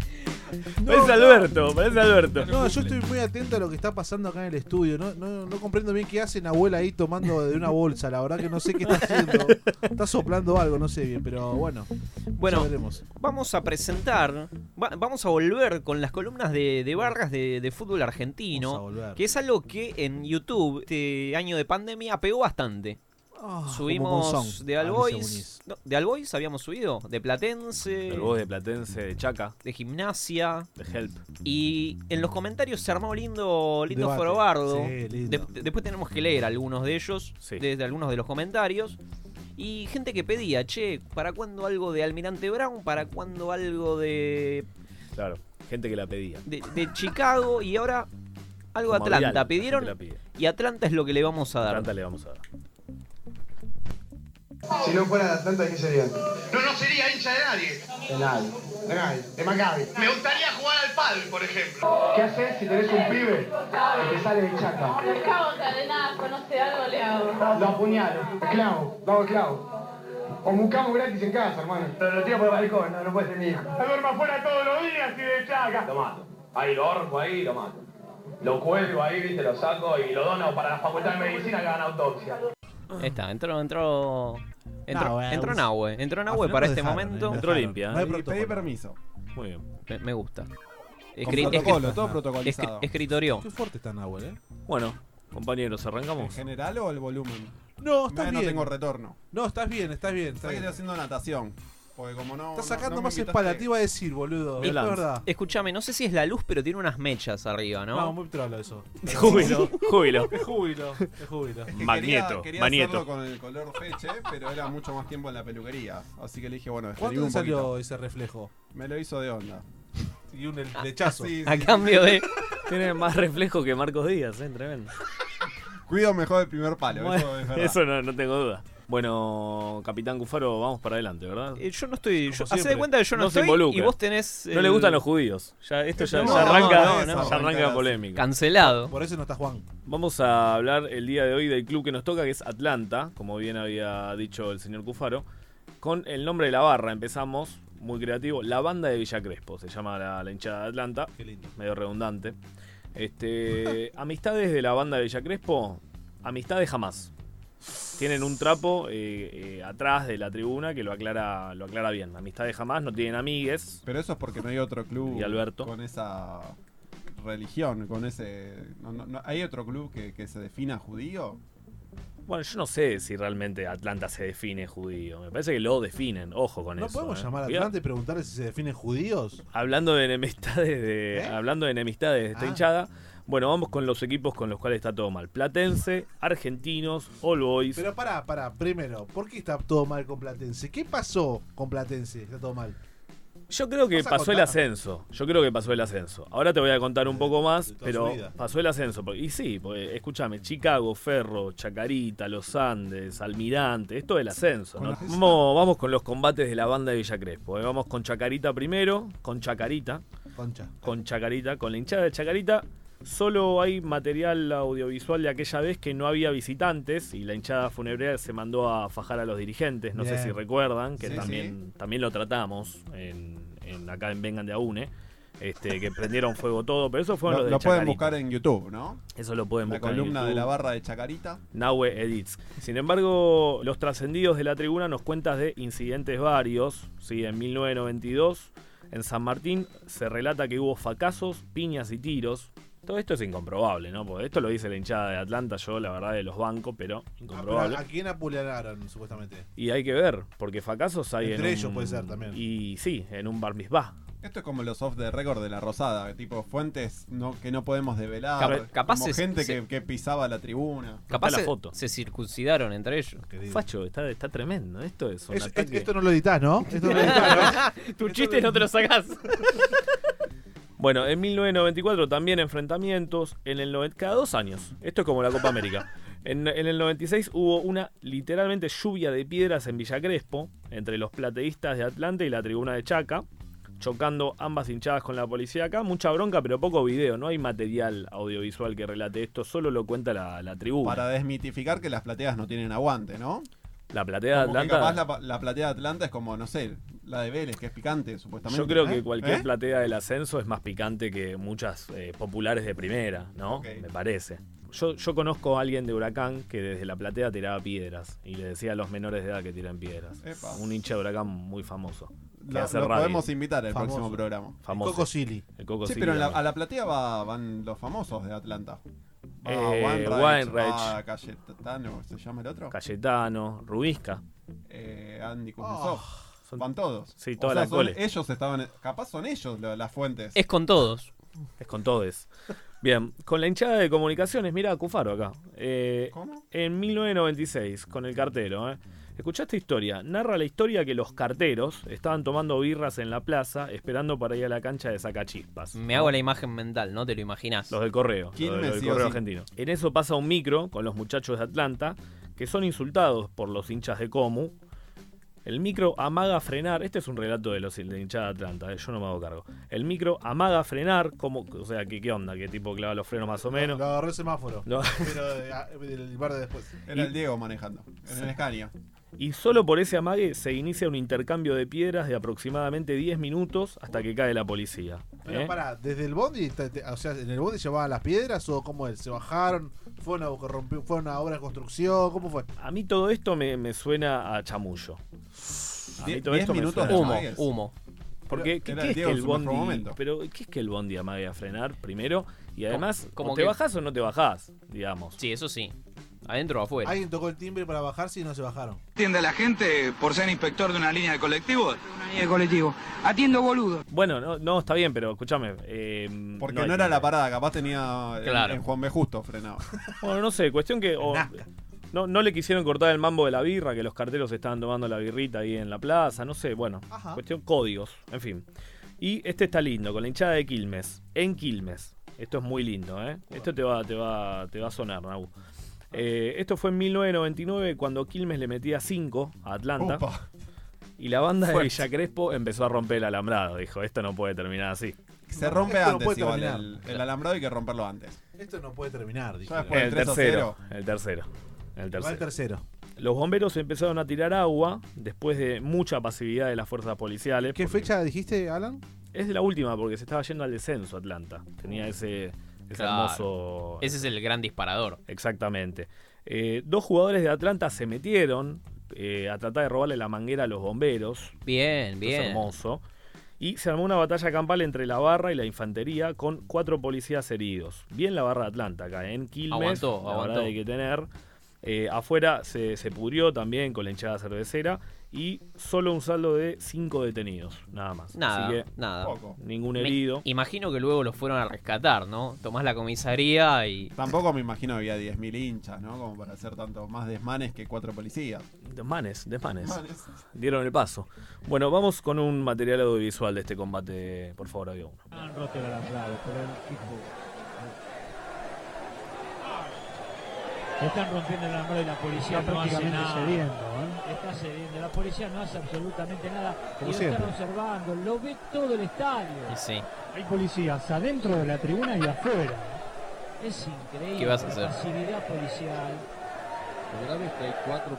Speaker 5: No,
Speaker 4: parece
Speaker 5: no.
Speaker 4: Alberto, parece Alberto.
Speaker 5: No, yo estoy muy atento a lo que está pasando acá en el estudio. No, no, no comprendo bien qué hace Nahuel ahí tomando de una bolsa. La verdad que no sé qué está haciendo. Está soplando algo, no sé bien, pero bueno.
Speaker 10: Bueno,
Speaker 5: ya veremos.
Speaker 10: Vamos a presentar, va- vamos a volver con las columnas de, de barras de, de fútbol argentino,
Speaker 5: volver.
Speaker 10: que es algo que en YouTube este año de pandemia pegó bastante.
Speaker 5: Ah,
Speaker 10: Subimos
Speaker 4: como Monzón,
Speaker 10: de
Speaker 4: Alicia
Speaker 10: Albois,
Speaker 4: Muniz.
Speaker 10: no, de Albois habíamos subido, de Platense,
Speaker 4: El voz de Platense, de Chaca,
Speaker 10: de Gimnasia,
Speaker 4: de Help.
Speaker 10: y en los comentarios se armó lindo, lindo
Speaker 4: Debate.
Speaker 10: forobardo.
Speaker 4: Sí, lindo.
Speaker 10: De- de- después tenemos que leer algunos de ellos, desde algunos de los comentarios. Y gente que pedía, che, ¿para cuándo algo de Almirante Brown? ¿Para cuándo algo de,
Speaker 4: Claro, gente que la pedía.
Speaker 10: de, de Chicago? Y ahora algo de
Speaker 4: Como
Speaker 10: Atlanta.
Speaker 4: Vidal, la
Speaker 10: Pidieron
Speaker 4: gente la pide.
Speaker 10: y Atlanta es lo que le vamos a dar. Atlanta
Speaker 4: le vamos a dar.
Speaker 18: Si no fuera de Atlanta, ¿qué sería?
Speaker 2: No, no sería hincha de nadie.
Speaker 18: De nadie. De nadie. De Maccabi.
Speaker 2: Me gustaría jugar al padre, por ejemplo.
Speaker 18: ¿Qué haces si tenés un pibe que te sale de chaca?
Speaker 21: conoce algo, le hago.
Speaker 18: Lo apuñalo. Clavo. Lo hago clavo. O buscamos gratis en casa, hermano. Pero lo tiro por el balcón, no, no puede ser mi hijo.
Speaker 2: Duermo afuera todos los días y de chaga. Lo mato. Ahí lo ahorco, ahí lo mato. Lo cuelgo ahí, viste, lo saco y lo dono para la facultad de medicina que hagan autopsia.
Speaker 10: Ahí está, entró, entró. Entró
Speaker 2: Nahue.
Speaker 10: Nahue, entró Nahue, entró
Speaker 5: Ah,
Speaker 10: Nahue
Speaker 2: Al final
Speaker 10: para
Speaker 2: nos
Speaker 10: este
Speaker 2: dejaron,
Speaker 10: momento.
Speaker 2: eh,
Speaker 11: Entró limpia,
Speaker 10: No hay
Speaker 11: eh. Pedí-
Speaker 10: protocolo.
Speaker 11: pedí permiso.
Speaker 4: Muy bien.
Speaker 11: ¿eh?
Speaker 10: Me, me gusta.
Speaker 11: Con
Speaker 10: Escri-
Speaker 11: protocolo,
Speaker 10: escri-
Speaker 11: todo protocolizado.
Speaker 10: escri- escritorió.
Speaker 5: Qué fuerte está Nahuel, ¿eh?
Speaker 4: Bueno, compañeros,
Speaker 11: ¿En
Speaker 4: [laughs] arrancamos.
Speaker 11: general o el volumen?
Speaker 5: No, estás
Speaker 11: Ve,
Speaker 5: bien.
Speaker 11: No tengo retorno.
Speaker 5: No, estás bien, estás bien.
Speaker 11: Sabés
Speaker 5: Estás,
Speaker 11: que
Speaker 5: bien.
Speaker 11: estoy haciendo natación. Porque como no.
Speaker 5: Estás
Speaker 11: no-
Speaker 5: sacando
Speaker 11: no me
Speaker 5: más
Speaker 11: invitaste-
Speaker 5: espalda, te iba a decir, boludo. Es verdad.
Speaker 10: Escúchame, no sé si es la luz, pero tiene unas mechas arriba, ¿no? [laughs]
Speaker 5: No, muy trolo
Speaker 11: [laughs]
Speaker 5: eso.
Speaker 10: Júbilo, júbilo.
Speaker 5: Es júbilo, es júbilo.
Speaker 11: Es que Quería, quería hacerlo con el color feche, pero era mucho más tiempo en la peluquería. Así que le dije, bueno,
Speaker 5: ¿Cuánto
Speaker 11: despedirme
Speaker 5: te
Speaker 11: un
Speaker 5: salió
Speaker 11: poquito.
Speaker 5: ese reflejo?
Speaker 11: Me lo hizo de onda.
Speaker 5: Y un el- lechazo.
Speaker 11: Ah, sí,
Speaker 4: A
Speaker 11: sí.
Speaker 4: cambio de. Tiene más reflejo que Marcos Díaz, eh, tremendo.
Speaker 11: Cuido mejor el primer palo,
Speaker 4: Bueno,
Speaker 11: eso es verdad.
Speaker 4: eso no, no tengo duda. Bueno, Capitán Cufaro, vamos para adelante, ¿verdad?
Speaker 10: eh, yo no estoy. Yo, hacé
Speaker 4: siempre.
Speaker 10: de cuenta que yo no,
Speaker 4: No se
Speaker 10: estoy
Speaker 4: involucra.
Speaker 10: y vos tenés.
Speaker 4: No le gustan los judíos. Ya, esto ya,
Speaker 10: No,
Speaker 4: ya
Speaker 10: no,
Speaker 4: arranca,
Speaker 10: no, no.
Speaker 4: ya arranca polémico.
Speaker 10: Cancelado.
Speaker 5: Por eso no está Juan.
Speaker 4: Vamos a hablar el día de hoy del club que nos toca, que es Atlanta, como bien había dicho el señor Cufaro. Con el nombre de la barra empezamos, muy creativo, la banda de Villa Crespo, se llama la, la hinchada de Atlanta.
Speaker 5: Qué lindo.
Speaker 4: Medio redundante. Este, [laughs] amistades de la banda de Villa Crespo, amistades jamás. Tienen un trapo eh, eh, atrás de la tribuna que lo aclara, lo aclara bien. Amistades jamás, no tienen amigues.
Speaker 11: Pero eso es porque no hay otro club
Speaker 4: Y Alberto.
Speaker 11: con esa religión, con ese... no- no- no- ¿Hay otro club que, que se defina judío?
Speaker 4: Bueno, yo no sé si realmente Atlanta se define judío. Me parece que lo definen. Ojo con
Speaker 5: ¿No
Speaker 4: eso.
Speaker 5: podemos
Speaker 4: eh.
Speaker 5: llamar a
Speaker 4: Cuidado.
Speaker 5: Atlante y preguntarle si se definen judíos?
Speaker 4: Hablando de enemistades de, hablando de enemistades de esta
Speaker 5: ¿Eh? Ah.
Speaker 4: hinchada. Bueno, vamos con los equipos con los cuales está todo mal. Platense, Argentinos, All Boys.
Speaker 5: Pero pará, pará, primero, ¿por qué está todo mal con Platense? ¿Qué pasó con Platense? Está todo mal.
Speaker 4: Yo creo que
Speaker 5: ¿Vas a
Speaker 4: pasó el
Speaker 5: contar? Eh,
Speaker 4: ascenso. Yo creo que pasó el ascenso. Ahora te voy a contar un poco más, pero
Speaker 5: vida.
Speaker 4: pasó el ascenso. porque- Y sí, porque, escúchame, Chicago, Ferro, Chacarita, Los Andes, Almirante, esto del ascenso. ¿no? Vamos, vamos con los combates de la banda de Villa Crespo. eh. Vamos con Chacarita primero, con Chacarita,
Speaker 5: Concha.
Speaker 4: con Chacarita, con la hinchada de Chacarita. Solo hay material audiovisual de aquella vez que no había visitantes y la hinchada funeraria se mandó a fajar a los dirigentes. No sé
Speaker 22: Bien.
Speaker 4: si recuerdan, que
Speaker 22: Sí,
Speaker 4: también, también lo tratamos en, en- acá en Vengan de Aune. este, que prendieron fuego todo, pero eso fueron
Speaker 11: Lo-
Speaker 4: los de
Speaker 11: lo pueden
Speaker 4: Chacarita.
Speaker 11: buscar en YouTube, ¿no?
Speaker 4: Eso lo pueden
Speaker 11: La
Speaker 4: buscar en
Speaker 11: columna de
Speaker 4: YouTube.
Speaker 11: la barra de Chacarita.
Speaker 4: Nahue Edits. Sin embargo, los trascendidos de la tribuna nos cuentan de incidentes varios. ¿sí? En 1992, en San Martín, se relata que hubo fracasos, piñas y tiros. Todo esto es incomprobable, ¿no? Porque esto lo dice la hinchada de Atlanta, yo la verdad de los bancos, pero
Speaker 5: Ah, Pero,
Speaker 4: incomprobable.
Speaker 5: ¿A quién apulearon supuestamente?
Speaker 4: Y hay que ver, porque fracasos hay
Speaker 5: Entre
Speaker 4: en
Speaker 5: ellos
Speaker 4: un-
Speaker 5: puede ser también.
Speaker 4: Y sí, en un bar mitzvah.
Speaker 11: Esto es como los off the record de la Rosada, tipo fuentes no, que no podemos develar.
Speaker 10: Cap- capaz
Speaker 11: como
Speaker 10: es-
Speaker 11: gente
Speaker 10: se-
Speaker 11: que, que pisaba la tribuna.
Speaker 10: Capaz se, se circuncidaron entre ellos.
Speaker 4: Facho, está, está tremendo. Esto es un
Speaker 5: Es- es-
Speaker 4: ataque.
Speaker 5: esto no lo editas, ¿no? Esto no lo editás, ¿no?
Speaker 4: tu chiste no te lo sacás. [laughs] Bueno, en 1994 también enfrentamientos. En el noven- cada dos años. Esto es como la Copa América. En, en el 96 hubo una literalmente lluvia de piedras en Villa Crespo entre los plateístas de Atlanta y la tribuna de Chaca, chocando ambas hinchadas con la policía acá. Mucha bronca, pero poco video. No hay material audiovisual que relate esto, solo lo cuenta la, la tribuna.
Speaker 11: Para desmitificar que las plateas no tienen aguante, ¿no?
Speaker 4: La platea de
Speaker 11: Como que
Speaker 4: Atlanta.
Speaker 11: capaz la, pa- la platea de Atlanta es como, no sé, la de Vélez, que es picante, supuestamente.
Speaker 4: Yo creo
Speaker 11: ¿Eh?
Speaker 4: que cualquier
Speaker 11: ¿Eh?
Speaker 4: platea del ascenso es más picante que muchas eh, populares de primera, ¿no? Me parece. Yo, yo conozco a alguien de Huracán que desde la platea tiraba piedras y le decía a los menores de edad que tiran piedras.
Speaker 11: Epa.
Speaker 4: Un hincha de Huracán muy famoso. que
Speaker 11: Lo-
Speaker 4: hace
Speaker 11: lo
Speaker 4: radio.
Speaker 11: podemos invitar al
Speaker 4: Famoso.
Speaker 11: próximo programa.
Speaker 4: Famoso. El Coco
Speaker 11: sí,
Speaker 4: Silly
Speaker 11: pero en la-
Speaker 4: también.
Speaker 11: a la platea va- van los famosos de Atlanta. Va
Speaker 4: Eh,
Speaker 11: Wainwright,
Speaker 4: Wainwright.
Speaker 11: va Cayetano, ¿se llama el otro?
Speaker 4: Cayetano, Rubisca.
Speaker 11: Eh, Andy Kuznetsov.
Speaker 4: Son-
Speaker 11: Van todos.
Speaker 4: Sí,
Speaker 11: O
Speaker 4: toda
Speaker 11: sea,
Speaker 4: la
Speaker 11: son-
Speaker 4: cole.
Speaker 11: Ellos estaban. Capaz son ellos lo- las fuentes.
Speaker 4: Eh,
Speaker 10: Es con todos.
Speaker 4: Es con todes. Bien, con la hinchada de comunicaciones, mira a Cufaro acá. Eh, En 1996, con el cartero, ¿eh? Escuchá esta historia. Narra la historia que los carteros estaban tomando birras en la plaza esperando para ir a la cancha de Sacachispas.
Speaker 10: Me hago la imagen mental, ¿no? Te lo imaginas.
Speaker 4: Los del correo.
Speaker 10: ¿Quién
Speaker 4: los
Speaker 10: me
Speaker 4: del- los del
Speaker 10: sí o
Speaker 4: correo
Speaker 10: sí?
Speaker 4: argentino. En eso pasa un micro con los muchachos de Atlanta que son insultados por los hinchas de Comu. El micro amaga frenar. Este es un relato de los de hinchada de Atlanta, eh, yo no me hago cargo. El micro amaga frenar, como, o sea, ¿qué, qué onda? ¿Qué tipo clava los frenos más o menos?
Speaker 5: Lo agarró el semáforo.
Speaker 4: No.
Speaker 5: Pero eh, ah, del bar de después.
Speaker 11: Era el Diego manejando. En el Escaño.
Speaker 4: Y solo por ese amague se inicia un intercambio de piedras de aproximadamente 10 minutos hasta que cae la policía.
Speaker 5: Pero
Speaker 4: ¿eh?
Speaker 5: pará, desde el bondi, te- te- o sea, en el bondi llevaban las piedras o cómo es, se bajaron, fue una, rompió, fue una obra de construcción, ¿cómo fue?
Speaker 4: A mí todo esto me, me suena a chamullo. A mí
Speaker 10: Die-
Speaker 4: todo
Speaker 10: diez
Speaker 4: esto me
Speaker 10: minutos
Speaker 4: suena
Speaker 10: de
Speaker 4: a
Speaker 10: Humo,
Speaker 4: amagues.
Speaker 10: humo.
Speaker 4: Porque,
Speaker 10: Era-
Speaker 4: ¿qué,
Speaker 10: era
Speaker 4: qué es
Speaker 10: Diego
Speaker 4: que
Speaker 10: en
Speaker 4: el
Speaker 10: su mejor
Speaker 4: bondi,
Speaker 10: momento.
Speaker 4: pero, ¿qué es que el bondi amague a frenar primero? Y además,
Speaker 10: como
Speaker 4: o te
Speaker 10: que-
Speaker 4: bajás o no te bajás, digamos.
Speaker 10: Sí, eso sí. Adentro o afuera.
Speaker 5: Alguien tocó el timbre para bajarse y no se bajaron.
Speaker 3: Atiende a la gente por ser inspector de una línea de colectivos. Una línea de colectivos. Atiendo boludo.
Speaker 4: Bueno, no, no, está bien, pero escúchame. eh,
Speaker 11: Porque
Speaker 4: hay
Speaker 11: no, era
Speaker 4: que-
Speaker 11: la parada, capaz tenía. en-
Speaker 4: Claro.
Speaker 11: En, Juan B.
Speaker 4: [laughs]
Speaker 11: Justo frenaba.
Speaker 4: Bueno, no sé, cuestión que. o- no, no le quisieron cortar el mambo de la birra, que los carteros estaban tomando la birrita ahí en la plaza, no sé, bueno.
Speaker 5: Ajá.
Speaker 4: Cuestión códigos, en fin. Y este está lindo, con la hinchada de Quilmes. En Quilmes. Esto es muy lindo, ¿eh? Esto te va, te va, te va a sonar, Nahu. Eh, esto fue en 1999 cuando Quilmes le metía 5 a Atlanta.
Speaker 11: Opa.
Speaker 4: Y la banda de
Speaker 11: Fuerte.
Speaker 4: Villa Crespo empezó a romper el alambrado. Dijo, esto no puede terminar así.
Speaker 11: Se rompe
Speaker 5: Esto no
Speaker 11: antes
Speaker 5: puede
Speaker 11: igual.
Speaker 5: terminar.
Speaker 11: El, el alambrado hay que romperlo antes.
Speaker 5: Esto no puede terminar, dije.
Speaker 11: después del
Speaker 4: el
Speaker 11: 3 a
Speaker 4: tercero, el tercero. El
Speaker 5: Va el
Speaker 4: tercero.
Speaker 5: tercero.
Speaker 4: Los bomberos empezaron a tirar agua después de mucha pasividad de las fuerzas policiales.
Speaker 5: ¿Qué
Speaker 4: porque-
Speaker 5: fecha dijiste, Alan?
Speaker 4: Es de la última porque se estaba yendo al descenso Atlanta. Tenía ese, ese
Speaker 10: Claro.
Speaker 4: hermoso.
Speaker 10: Ese es el gran disparador.
Speaker 4: Exactamente. Eh, dos jugadores de Atlanta se metieron eh, a tratar de robarle la manguera a los bomberos.
Speaker 10: Bien,
Speaker 4: Esto
Speaker 10: bien.
Speaker 4: Es hermoso. Y se armó una batalla campal entre la barra y la infantería con cuatro policías heridos. Bien la barra de Atlanta acá ¿eh? en Quilmes.
Speaker 10: Aguantó,
Speaker 4: la
Speaker 10: aguantó.
Speaker 4: verdad hay que tener. Eh, afuera se, se pudrió también con la hinchada cervecera y solo un saldo de cinco detenidos, nada más.
Speaker 10: Nada,
Speaker 4: Así que
Speaker 10: nada.
Speaker 4: Ningún
Speaker 10: Me
Speaker 4: herido.
Speaker 10: imagino que luego los fueron a rescatar, ¿no? Tomás la comisaría y.
Speaker 11: Tampoco me imagino había 10.000 hinchas, ¿no? Como para hacer tanto más desmanes que cuatro policías.
Speaker 4: Desmanes, desmanes.
Speaker 11: Desmanes.
Speaker 4: Dieron el paso. Bueno, vamos con un material audiovisual de este combate, por favor, Diego.
Speaker 7: Han roto el alambrado, pero el equipo. Están rompiendo el alambrado y la policía
Speaker 22: Está
Speaker 7: no hace
Speaker 22: prácticamente
Speaker 7: nada.
Speaker 22: cediendo,
Speaker 5: ¿eh?
Speaker 7: Está cediendo. La policía no hace absolutamente nada.
Speaker 22: Como
Speaker 7: y lo
Speaker 22: siempre.
Speaker 7: están observando. Lo ve todo el estadio.
Speaker 10: Sí.
Speaker 7: Hay policías adentro de la tribuna y afuera. Es increíble.
Speaker 10: ¿Qué vas a hacer?
Speaker 7: La pasividad policial.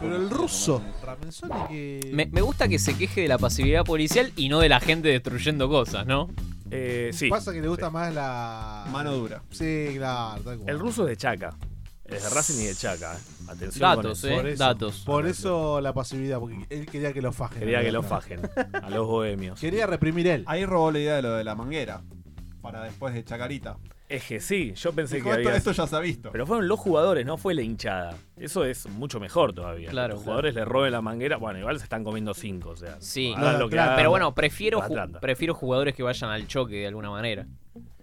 Speaker 5: Pero el ruso. Ramenzoni que.
Speaker 10: Me, me gusta que se queje de la pasividad policial y no de la gente destruyendo cosas, ¿no?
Speaker 4: Eh, sí.
Speaker 5: Pasa que le gusta
Speaker 4: Sí.
Speaker 5: más la.
Speaker 4: Mano dura.
Speaker 5: Sí, claro, tal cual.
Speaker 4: El ruso es de Chaca. Es de Racing y de Chaca. eh. Atención.
Speaker 10: Datos,
Speaker 4: con eso.
Speaker 10: eh,
Speaker 4: Por eso-
Speaker 10: datos.
Speaker 5: Por eso la pasividad, porque él quería que lo fajen.
Speaker 4: Quería que lo fajen a los bohemios.
Speaker 5: Quería reprimir él.
Speaker 11: Ahí robó la idea de lo de la manguera. Para después de Chacarita.
Speaker 4: Es que sí, yo pensé
Speaker 11: Dijo,
Speaker 4: que
Speaker 11: "Esto-
Speaker 4: había...
Speaker 11: esto ya se ha visto.
Speaker 4: Pero fueron los jugadores, no fue la hinchada. Eso es mucho mejor todavía. Que
Speaker 10: Claro,
Speaker 4: los jugadores le roben la manguera. Bueno, igual se están comiendo cinco, o sea.
Speaker 10: Sí,
Speaker 4: hagan lo que hagan.
Speaker 10: pero bueno, prefiero, ju-
Speaker 4: Atlanta.
Speaker 10: prefiero jugadores que vayan al choque de alguna manera.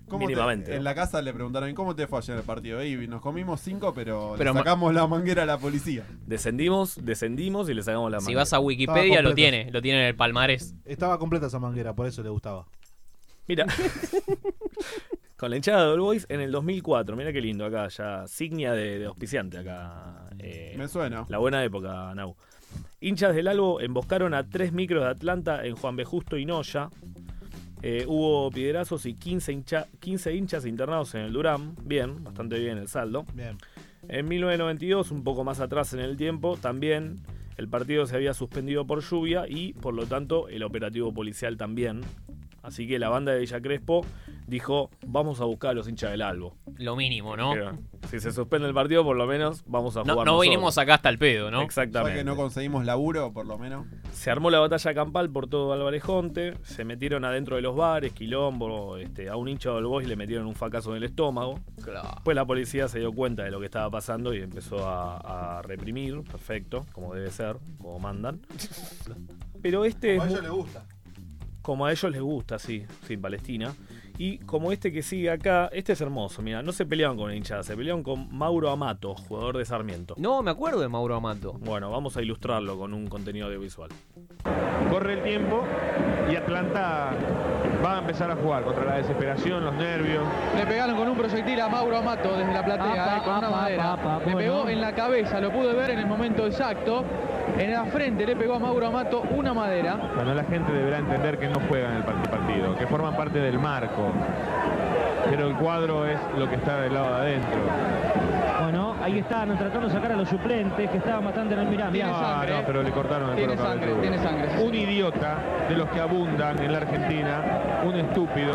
Speaker 11: ¿Cómo te- en la casa le preguntaron, ¿cómo te fue ayer el partido? Y nos comimos cinco, pero,
Speaker 10: Pero
Speaker 11: le
Speaker 10: ma-
Speaker 11: sacamos la manguera a la policía.
Speaker 4: Descendimos, descendimos y le sacamos la mano.
Speaker 10: Si vas a Wikipedia, lo tiene, lo tiene en el palmarés.
Speaker 5: Estaba completa esa manguera, por eso le gustaba.
Speaker 4: Mira. Con la hinchada de All Boys en el 2004. Mira qué lindo acá, ya. Signia de, de auspiciante acá. eh,
Speaker 11: Me suena.
Speaker 4: La buena época, Nau. Hinchas del Albo emboscaron a tres micros de Atlanta en Juan B. Justo y Noya. Eh, hubo piedrazos y 15, hincha- 15 hinchas internados en el Durán. Bien, bastante bien el saldo.
Speaker 5: Bien.
Speaker 4: En 1992, un poco más atrás en el tiempo, también el partido se había suspendido por lluvia y por lo tanto el operativo policial también. Así que la banda de Villa Crespo dijo, vamos a buscar a los hinchas del Albo.
Speaker 10: Lo mínimo, ¿no?
Speaker 4: Pero, Si se suspende el partido, por lo menos vamos a
Speaker 10: No,
Speaker 4: jugar.
Speaker 10: no
Speaker 4: nosotros.
Speaker 10: vinimos acá hasta el pedo, ¿no?
Speaker 11: Ya que
Speaker 4: Exactamente.
Speaker 11: no conseguimos laburo, por lo menos.
Speaker 4: Se armó la batalla campal por todo Alvarejonte, se metieron adentro de los bares, quilombo, este, a un hincha del Boys le metieron un facazo en el estómago. Después la policía se dio cuenta de lo que estaba pasando y empezó a, a reprimir, perfecto, como debe ser, como mandan. Pero este...
Speaker 8: Como a
Speaker 4: es
Speaker 8: ellos
Speaker 4: mu-
Speaker 8: les gusta.
Speaker 4: como a ellos les gusta, sí, sí, Palestina. Y como este que sigue acá, este es hermoso, mira, no se peleaban con la hinchada, se peleaban con Mauro Amato, jugador de Sarmiento.
Speaker 10: No, me acuerdo de Mauro Amato.
Speaker 4: Bueno, vamos a ilustrarlo con un contenido audiovisual.
Speaker 23: Corre el tiempo y Atlanta va a empezar a jugar contra la desesperación, los nervios.
Speaker 24: Le pegaron con un proyectil a Mauro Amato desde la platea,
Speaker 23: Apa,
Speaker 24: eh, con una
Speaker 23: apa,
Speaker 24: madera.
Speaker 23: apa,
Speaker 24: le
Speaker 23: bueno.
Speaker 24: pegó en la cabeza, lo pude ver en el momento exacto. En la frente le pegó a Mauro Amato una madera.
Speaker 23: Bueno, la gente deberá entender que no juegan el par- partido, que forman parte del marco. Pero el cuadro es lo que está del lado de adentro.
Speaker 22: Bueno, ahí está, nos tratando de sacar a los suplentes que estaban bastante en el mirá, mirá.
Speaker 23: Ah, no, pero le cortaron el
Speaker 24: Tiene
Speaker 23: cuero
Speaker 24: sangre,
Speaker 23: cabelludo.
Speaker 24: tiene sangre, sí,
Speaker 23: Un idiota de los que abundan en la Argentina, un estúpido,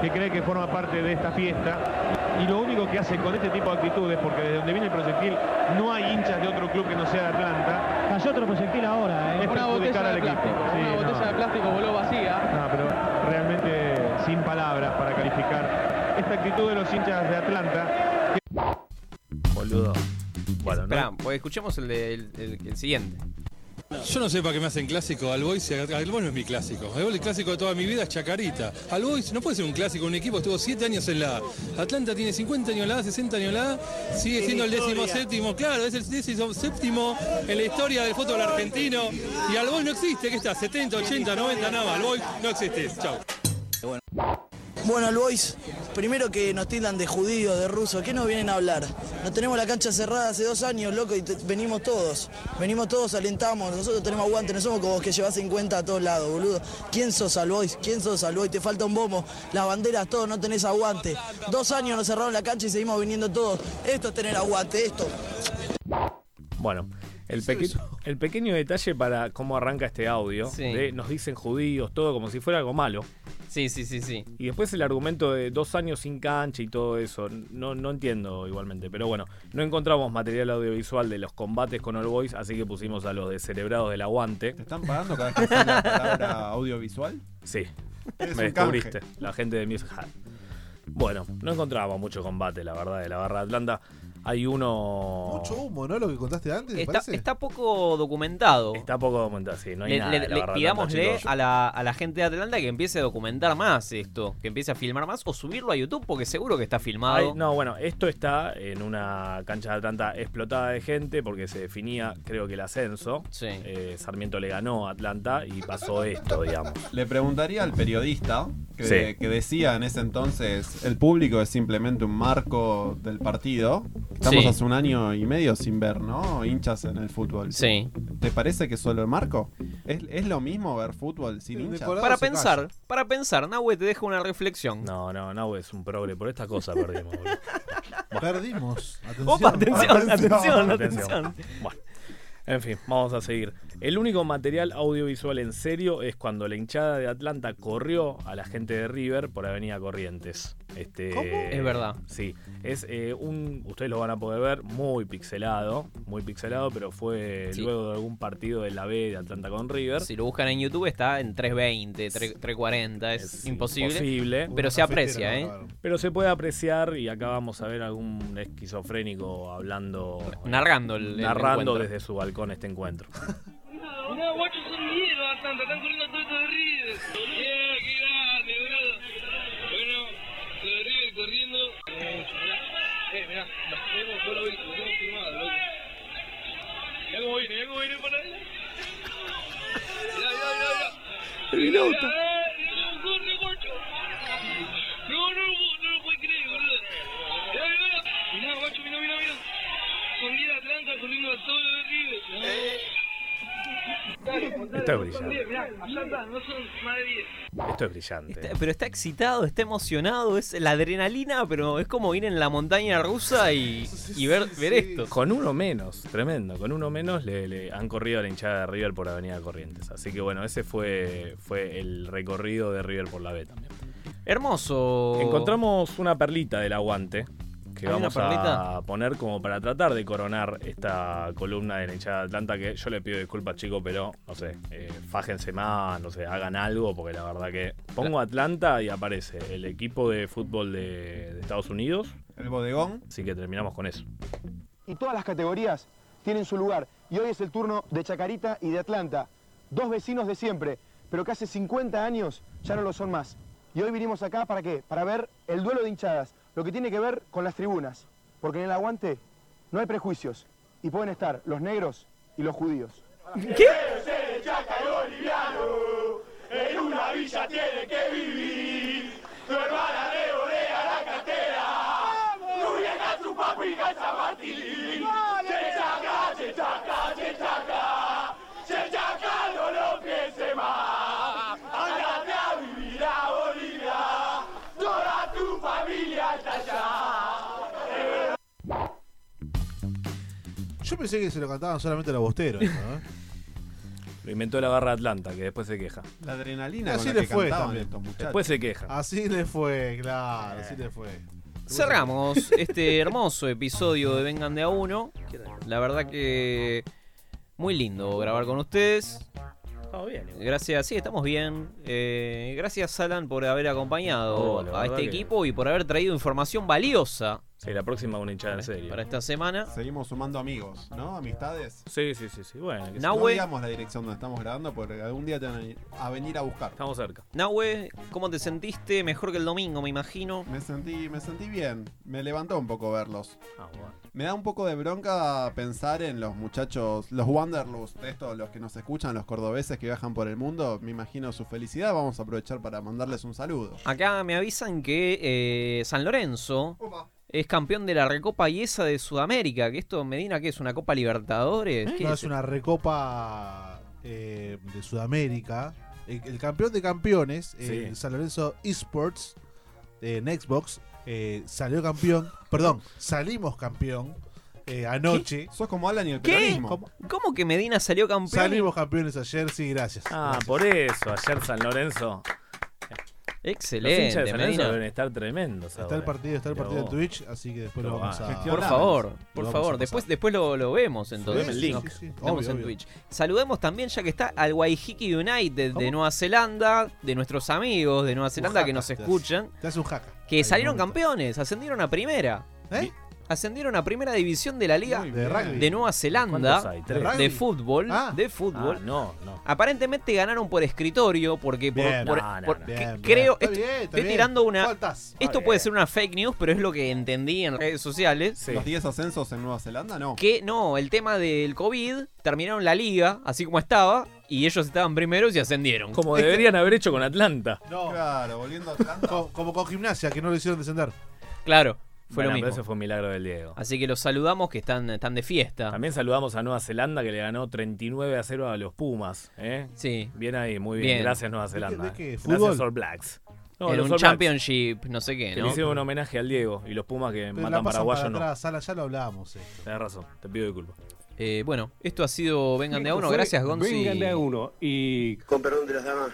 Speaker 23: que cree que forma parte de esta fiesta. Y lo único que hace con este tipo de actitudes, porque desde donde viene el proyectil no hay hinchas de otro club que no sea de Atlanta,
Speaker 22: Cayó otro proyectil ahora, eh.
Speaker 23: es
Speaker 24: Una
Speaker 23: perjudicar
Speaker 24: botella
Speaker 23: al
Speaker 24: de
Speaker 23: equipo.
Speaker 24: plástico,
Speaker 23: Sí,
Speaker 24: una
Speaker 23: no.
Speaker 24: botella de plástico voló vacía.
Speaker 23: No, pero realmente sin palabras para calificar esta actitud de los hinchas de Atlanta.
Speaker 4: Boludo. Bueno,
Speaker 10: Esperá, pues escuchemos el, de- el- el- el siguiente.
Speaker 25: Yo no sé para qué me hacen clásico al Boys, si al al Boys no es mi clásico. Al Boys el clásico de toda mi vida es Chacarita. Al Boys no puede ser un clásico, un equipo estuvo 7 años en la A. Atlanta tiene 50 años en la A, 60 años en la A, sigue
Speaker 26: En
Speaker 25: siendo el décimo
Speaker 26: historia.
Speaker 25: séptimo, claro, es el décimo séptimo en la historia del fútbol argentino. Y al Boys no existe, ¿qué está? 70, 80, 90, nada más. Al Boys no existe, chao.
Speaker 9: Bueno, al Boys, primero que nos tildan de judíos, de rusos, ¿qué nos vienen a hablar? Nos tenemos la cancha cerrada hace dos años, loco, y te- venimos todos. Venimos todos, alentamos, nosotros tenemos aguante, no somos como vos que llevas 50 a todos lados, boludo. ¿Quién sos al Boys? ¿Quién sos al Boys? Te falta un bombo, las banderas, todo, no tenés aguante. Dos años nos cerraron la cancha y seguimos viniendo todos. Esto es tener aguante, esto.
Speaker 4: Bueno, el, peque- el pequeño detalle para cómo arranca este audio,
Speaker 10: Sí.
Speaker 4: de nos dicen judíos, todo como si fuera algo malo.
Speaker 10: Sí, sí, sí, sí.
Speaker 4: Y después el argumento de dos años sin cancha y todo eso, no, no entiendo igualmente, pero bueno, no encontramos material audiovisual de los combates con All Boys, así que pusimos a los descerebrados del aguante. ¿Te
Speaker 11: están pagando cada vez que sale la palabra audiovisual?
Speaker 4: Sí,
Speaker 11: Eres
Speaker 4: me
Speaker 11: un canje.
Speaker 4: descubriste, la gente de Music Hall. Bueno, no encontrábamos mucho combate, la verdad, de la barra de Atlanta. Hay uno...
Speaker 5: Mucho humo, ¿no? Lo que contaste antes, me
Speaker 10: Está,
Speaker 5: parece.
Speaker 10: está poco documentado.
Speaker 4: Está poco documentado, sí. No hay
Speaker 10: Le-
Speaker 4: nada
Speaker 10: le-
Speaker 4: de la
Speaker 10: le-
Speaker 4: barra de
Speaker 10: pidámosle
Speaker 4: Atlanta, chicos.
Speaker 10: a la, a la gente de Atlanta que empiece a documentar más esto, que empiece a filmar más o subirlo a YouTube porque seguro que está filmado.
Speaker 4: Ay, no, bueno, esto está en una cancha de Atlanta explotada de gente porque se definía, creo que el ascenso. Eh, Sarmiento le ganó a Atlanta y pasó esto, digamos.
Speaker 11: Le preguntaría al periodista que,
Speaker 4: Sí.
Speaker 11: que decía en ese entonces, el público es simplemente un marco del partido. Estamos
Speaker 10: Sí.
Speaker 11: hace un año y medio sin ver, ¿no? Hinchas en el fútbol.
Speaker 10: Sí.
Speaker 11: ¿Te parece que solo el marco? ¿Es, es lo mismo ver fútbol sin hinchas?
Speaker 10: Para pensar, para pensar, Nahue, te dejo una reflexión.
Speaker 4: No, no, Nahue es un progre, por esta cosa perdimos.
Speaker 5: Perdimos. Atención.
Speaker 10: [laughs]
Speaker 4: Opa, atención, atención, atención.
Speaker 5: Atención.
Speaker 4: Bueno, en fin, vamos a seguir. El único material audiovisual en serio es cuando la hinchada de Atlanta corrió a la gente de River por Avenida Corrientes. Este,
Speaker 10: ¿Cómo? Es verdad.
Speaker 4: Sí. Es eh, un. Ustedes lo van a poder ver muy pixelado. Muy pixelado, pero fue
Speaker 10: Sí.
Speaker 4: luego de algún partido de la B de Atlanta con River.
Speaker 10: Si lo buscan en YouTube está en 320, 3- 340, es, imposible.
Speaker 4: Posible.
Speaker 10: Pero se aprecia, ¿eh?
Speaker 4: Pero se puede apreciar y acá vamos a ver algún esquizofrénico hablando.
Speaker 10: Narrando el- el
Speaker 4: Narrando
Speaker 10: encuentro.
Speaker 4: desde su balcón este encuentro.
Speaker 19: Mirá, guachos son miedo bastante, están corriendo todo esto de River. Yeah, qué grande, boludo. Bueno, lo de River corriendo. Eh, mirá, eh, mirá, hemos, vos lo viste, lo hemos filmado, loco. Mirá cómo viene, mirá cómo viene por ahí. Mirá, mirá, mirá, mirá.
Speaker 17: El Vilauta.
Speaker 19: Eh, mirá cómo corre, guacho. No, no, lo puedo- no lo puedo creer, boludo. Mirá, mirá, mirá. Mirá, guacho, mirá, mirá, mirá. Corrida Atlanta corriendo a todo lo de River. No.
Speaker 4: Esto es brillante.
Speaker 19: Mirá, allá está, no son más de 10.
Speaker 4: Esto es brillante.
Speaker 10: Está- pero está excitado, está emocionado, es la adrenalina, pero es como ir en la montaña rusa y, y ver, ver esto.
Speaker 4: Con uno menos, tremendo. Con uno menos le, le han corrido a la hinchada de River por Avenida Corrientes. Así que bueno, ese fue, fue el recorrido de River por la B también.
Speaker 10: Hermoso.
Speaker 4: Encontramos una perlita del aguante que
Speaker 10: ¿Hay una
Speaker 4: vamos a
Speaker 10: perlita?
Speaker 4: poner como para tratar de coronar esta columna de la hinchada de Atlanta. Que yo le pido disculpas, chicos, pero no sé, eh, fájense más, no sé, hagan algo, porque la verdad que pongo Atlanta y aparece el equipo de fútbol de, de Estados Unidos.
Speaker 11: El bodegón.
Speaker 4: Así que terminamos con eso.
Speaker 12: y todas las categorías tienen su lugar. Y hoy es el turno de Chacarita y de Atlanta, dos vecinos de siempre, pero que hace 50 años ya no lo son más. Y hoy vinimos acá para qué? Para ver el duelo de hinchadas, lo que tiene que ver con las tribunas, porque en el aguante no hay prejuicios y pueden estar los negros y los judíos.
Speaker 19: ¿Qué? El chaca es boliviano, en una villa tiene que vivir. Tu hermana le orea la cartera, tu vieja, tu papi, casa Martín. Che chaca, che chaca, che chaca, che chaca, no lo piense más. Ándate a vivir a Bolivia, toda tu familia está allá.
Speaker 5: Yo pensé que se lo cantaban solamente los bosteros. eso, ¿eh?
Speaker 10: [laughs]
Speaker 4: Lo inventó la barra Atlanta, que después se queja.
Speaker 11: La adrenalina
Speaker 5: Así
Speaker 11: con la
Speaker 5: le
Speaker 11: que
Speaker 5: fue
Speaker 11: cantaban
Speaker 5: también.
Speaker 11: estos muchachos.
Speaker 4: Después se queja.
Speaker 5: Así le fue, claro, así le fue.
Speaker 10: Cerramos este hermoso episodio de Vengan de a uno. La verdad que muy lindo grabar con ustedes.
Speaker 4: Estamos bien.
Speaker 10: Gracias, sí, estamos bien. Eh, gracias, Alan, por haber acompañado
Speaker 4: Oh, la
Speaker 10: a
Speaker 4: verdad
Speaker 10: este
Speaker 4: que-
Speaker 10: equipo y por haber traído información valiosa.
Speaker 4: Sí, la próxima una hinchada en serio.
Speaker 10: Para esta semana.
Speaker 11: Seguimos sumando amigos, ¿no? Amistades.
Speaker 4: Sí, sí, sí, sí. Bueno, que sí.
Speaker 11: No digamos la dirección donde estamos grabando porque algún día te van a venir- a venir a buscar.
Speaker 4: Estamos cerca.
Speaker 10: Nahue, ¿cómo te sentiste? Mejor que el domingo, me imagino.
Speaker 11: Me sentí, me sentí bien. Me levantó un poco verlos.
Speaker 4: Ah, bueno.
Speaker 11: Me da un poco de bronca pensar en los muchachos, los Wanderlust, de estos, los que nos escuchan, los cordobeses que viajan por el mundo. Me imagino su felicidad. Vamos a aprovechar para mandarles un saludo.
Speaker 10: Acá me avisan que eh, San Lorenzo es campeón de la Recopa IESA de Sudamérica. Que esto, Medina, ¿qué es? ¿Una Copa Libertadores? ¿Qué
Speaker 5: Eh, No, es una recopa eh, de Sudamérica. El, el campeón de campeones, eh,
Speaker 11: Sí.
Speaker 5: San Lorenzo Esports, eh, en Xbox, eh, salió campeón. [laughs] Perdón, salimos campeón eh, anoche.
Speaker 11: Sos como Alan y el
Speaker 10: ¿Qué? ¿Cómo, cómo que Medina salió campeón?
Speaker 5: Salimos campeones ayer, sí, gracias.
Speaker 4: Ah, por eso, ayer San Lorenzo.
Speaker 10: Excelente,
Speaker 4: Los hinchas de San Lorenzo
Speaker 10: Medina.
Speaker 4: deben estar tremendos.
Speaker 10: pues,
Speaker 5: Está el partido, está el partido en Twitch, así que después lo vamos a-
Speaker 10: Por
Speaker 5: Gestionamos.
Speaker 10: favor,
Speaker 5: Lo vamos
Speaker 10: por
Speaker 5: a
Speaker 10: favor,
Speaker 5: pasar.
Speaker 10: después, después lo, lo vemos entonces.
Speaker 5: Dame el link. Sí, sí, sí.
Speaker 10: Estamos
Speaker 5: Obvio,
Speaker 10: en
Speaker 5: obvio.
Speaker 10: Twitch. Saludemos también, ya que está al Waihiki United de Nueva Zelanda, de nuestros amigos de Nueva Zelanda que nos escuchan,
Speaker 5: Te hace un jaca.
Speaker 10: que salieron campeones, ascendieron a primera.
Speaker 5: ¿Eh?
Speaker 10: Ascendieron a primera división de la Liga
Speaker 5: bien. De rugby.
Speaker 10: de Nueva
Speaker 5: ¿Cuántos
Speaker 10: Zelanda
Speaker 5: hay? ¿Tres? ¿De
Speaker 10: de
Speaker 5: rugby?
Speaker 10: fútbol. de fútbol.
Speaker 4: Ah, no, no.
Speaker 10: Aparentemente ganaron por escritorio, porque por-
Speaker 4: Bien.
Speaker 10: por-
Speaker 4: No, no,
Speaker 10: por-
Speaker 4: no.
Speaker 10: que-
Speaker 4: Bien, bien.
Speaker 10: creo.
Speaker 4: Está
Speaker 10: esto-
Speaker 4: bien, está
Speaker 10: estoy
Speaker 4: bien.
Speaker 10: tirando una.
Speaker 4: Faltas. Está
Speaker 10: Esto
Speaker 4: bien.
Speaker 10: puede ser una fake news, pero es lo que entendí en redes sociales.
Speaker 11: ¿Los 10 ascensos en Nueva Zelanda? No.
Speaker 10: Que no, el tema del COVID, terminaron la liga, así como estaba, y ellos estaban primeros y ascendieron.
Speaker 4: Como deberían haber hecho con Atlanta.
Speaker 11: Claro, volviendo a Atlanta.
Speaker 5: Co- como con gimnasia, que no lo hicieron descender.
Speaker 10: Claro, fue
Speaker 4: Bueno,
Speaker 10: lo
Speaker 4: pero
Speaker 10: mismo.
Speaker 4: Eso fue un milagro del Diego.
Speaker 10: Así que los saludamos que están, están de fiesta.
Speaker 4: También saludamos a Nueva Zelanda que le ganó 39 a 0 a los Pumas. ¿eh?
Speaker 10: Sí.
Speaker 4: Bien ahí, muy bien.
Speaker 10: Bien.
Speaker 4: Gracias, Nueva
Speaker 10: ¿De
Speaker 4: Zelanda.
Speaker 10: qué- de qué?
Speaker 4: eh.
Speaker 10: ¿Fútbol?
Speaker 4: Gracias, All Blacks.
Speaker 10: En
Speaker 4: los
Speaker 10: un
Speaker 4: All Blacks,
Speaker 10: championship, no sé qué,
Speaker 4: que
Speaker 10: ¿no?
Speaker 4: le hicieron un homenaje al Diego y los Pumas que
Speaker 5: Pero Este, la
Speaker 4: eh, matan
Speaker 5: pasan
Speaker 4: paraguayos
Speaker 5: para
Speaker 4: no.
Speaker 5: atrás, Alan, ya lo hablábamos. eh.
Speaker 4: Tenés razón, te pido disculpas.
Speaker 10: Eh, bueno, esto ha sido Vengan de a
Speaker 9: Esto
Speaker 10: uno.
Speaker 9: fue
Speaker 10: Gracias, Gonzi.
Speaker 9: Vengan de a
Speaker 10: uno. Y.
Speaker 9: Con perdón de las damas.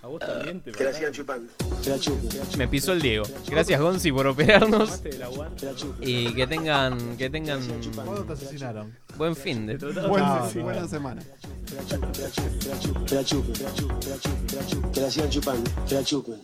Speaker 6: A vos también te
Speaker 9: Que la sigan chupando. Que la chupen.
Speaker 10: Me pisó el Diego. Gracias, Gonzi, por operarnos.
Speaker 6: Tomaste del aguante.
Speaker 10: Y que tengan. Que tengan.
Speaker 27: ¿Cuándo te asesinaron?
Speaker 10: Buen fin de.
Speaker 11: Buen- buena semana.
Speaker 9: Que la chupen. Que la chupen. Que la sigan chupando. Que la chupen.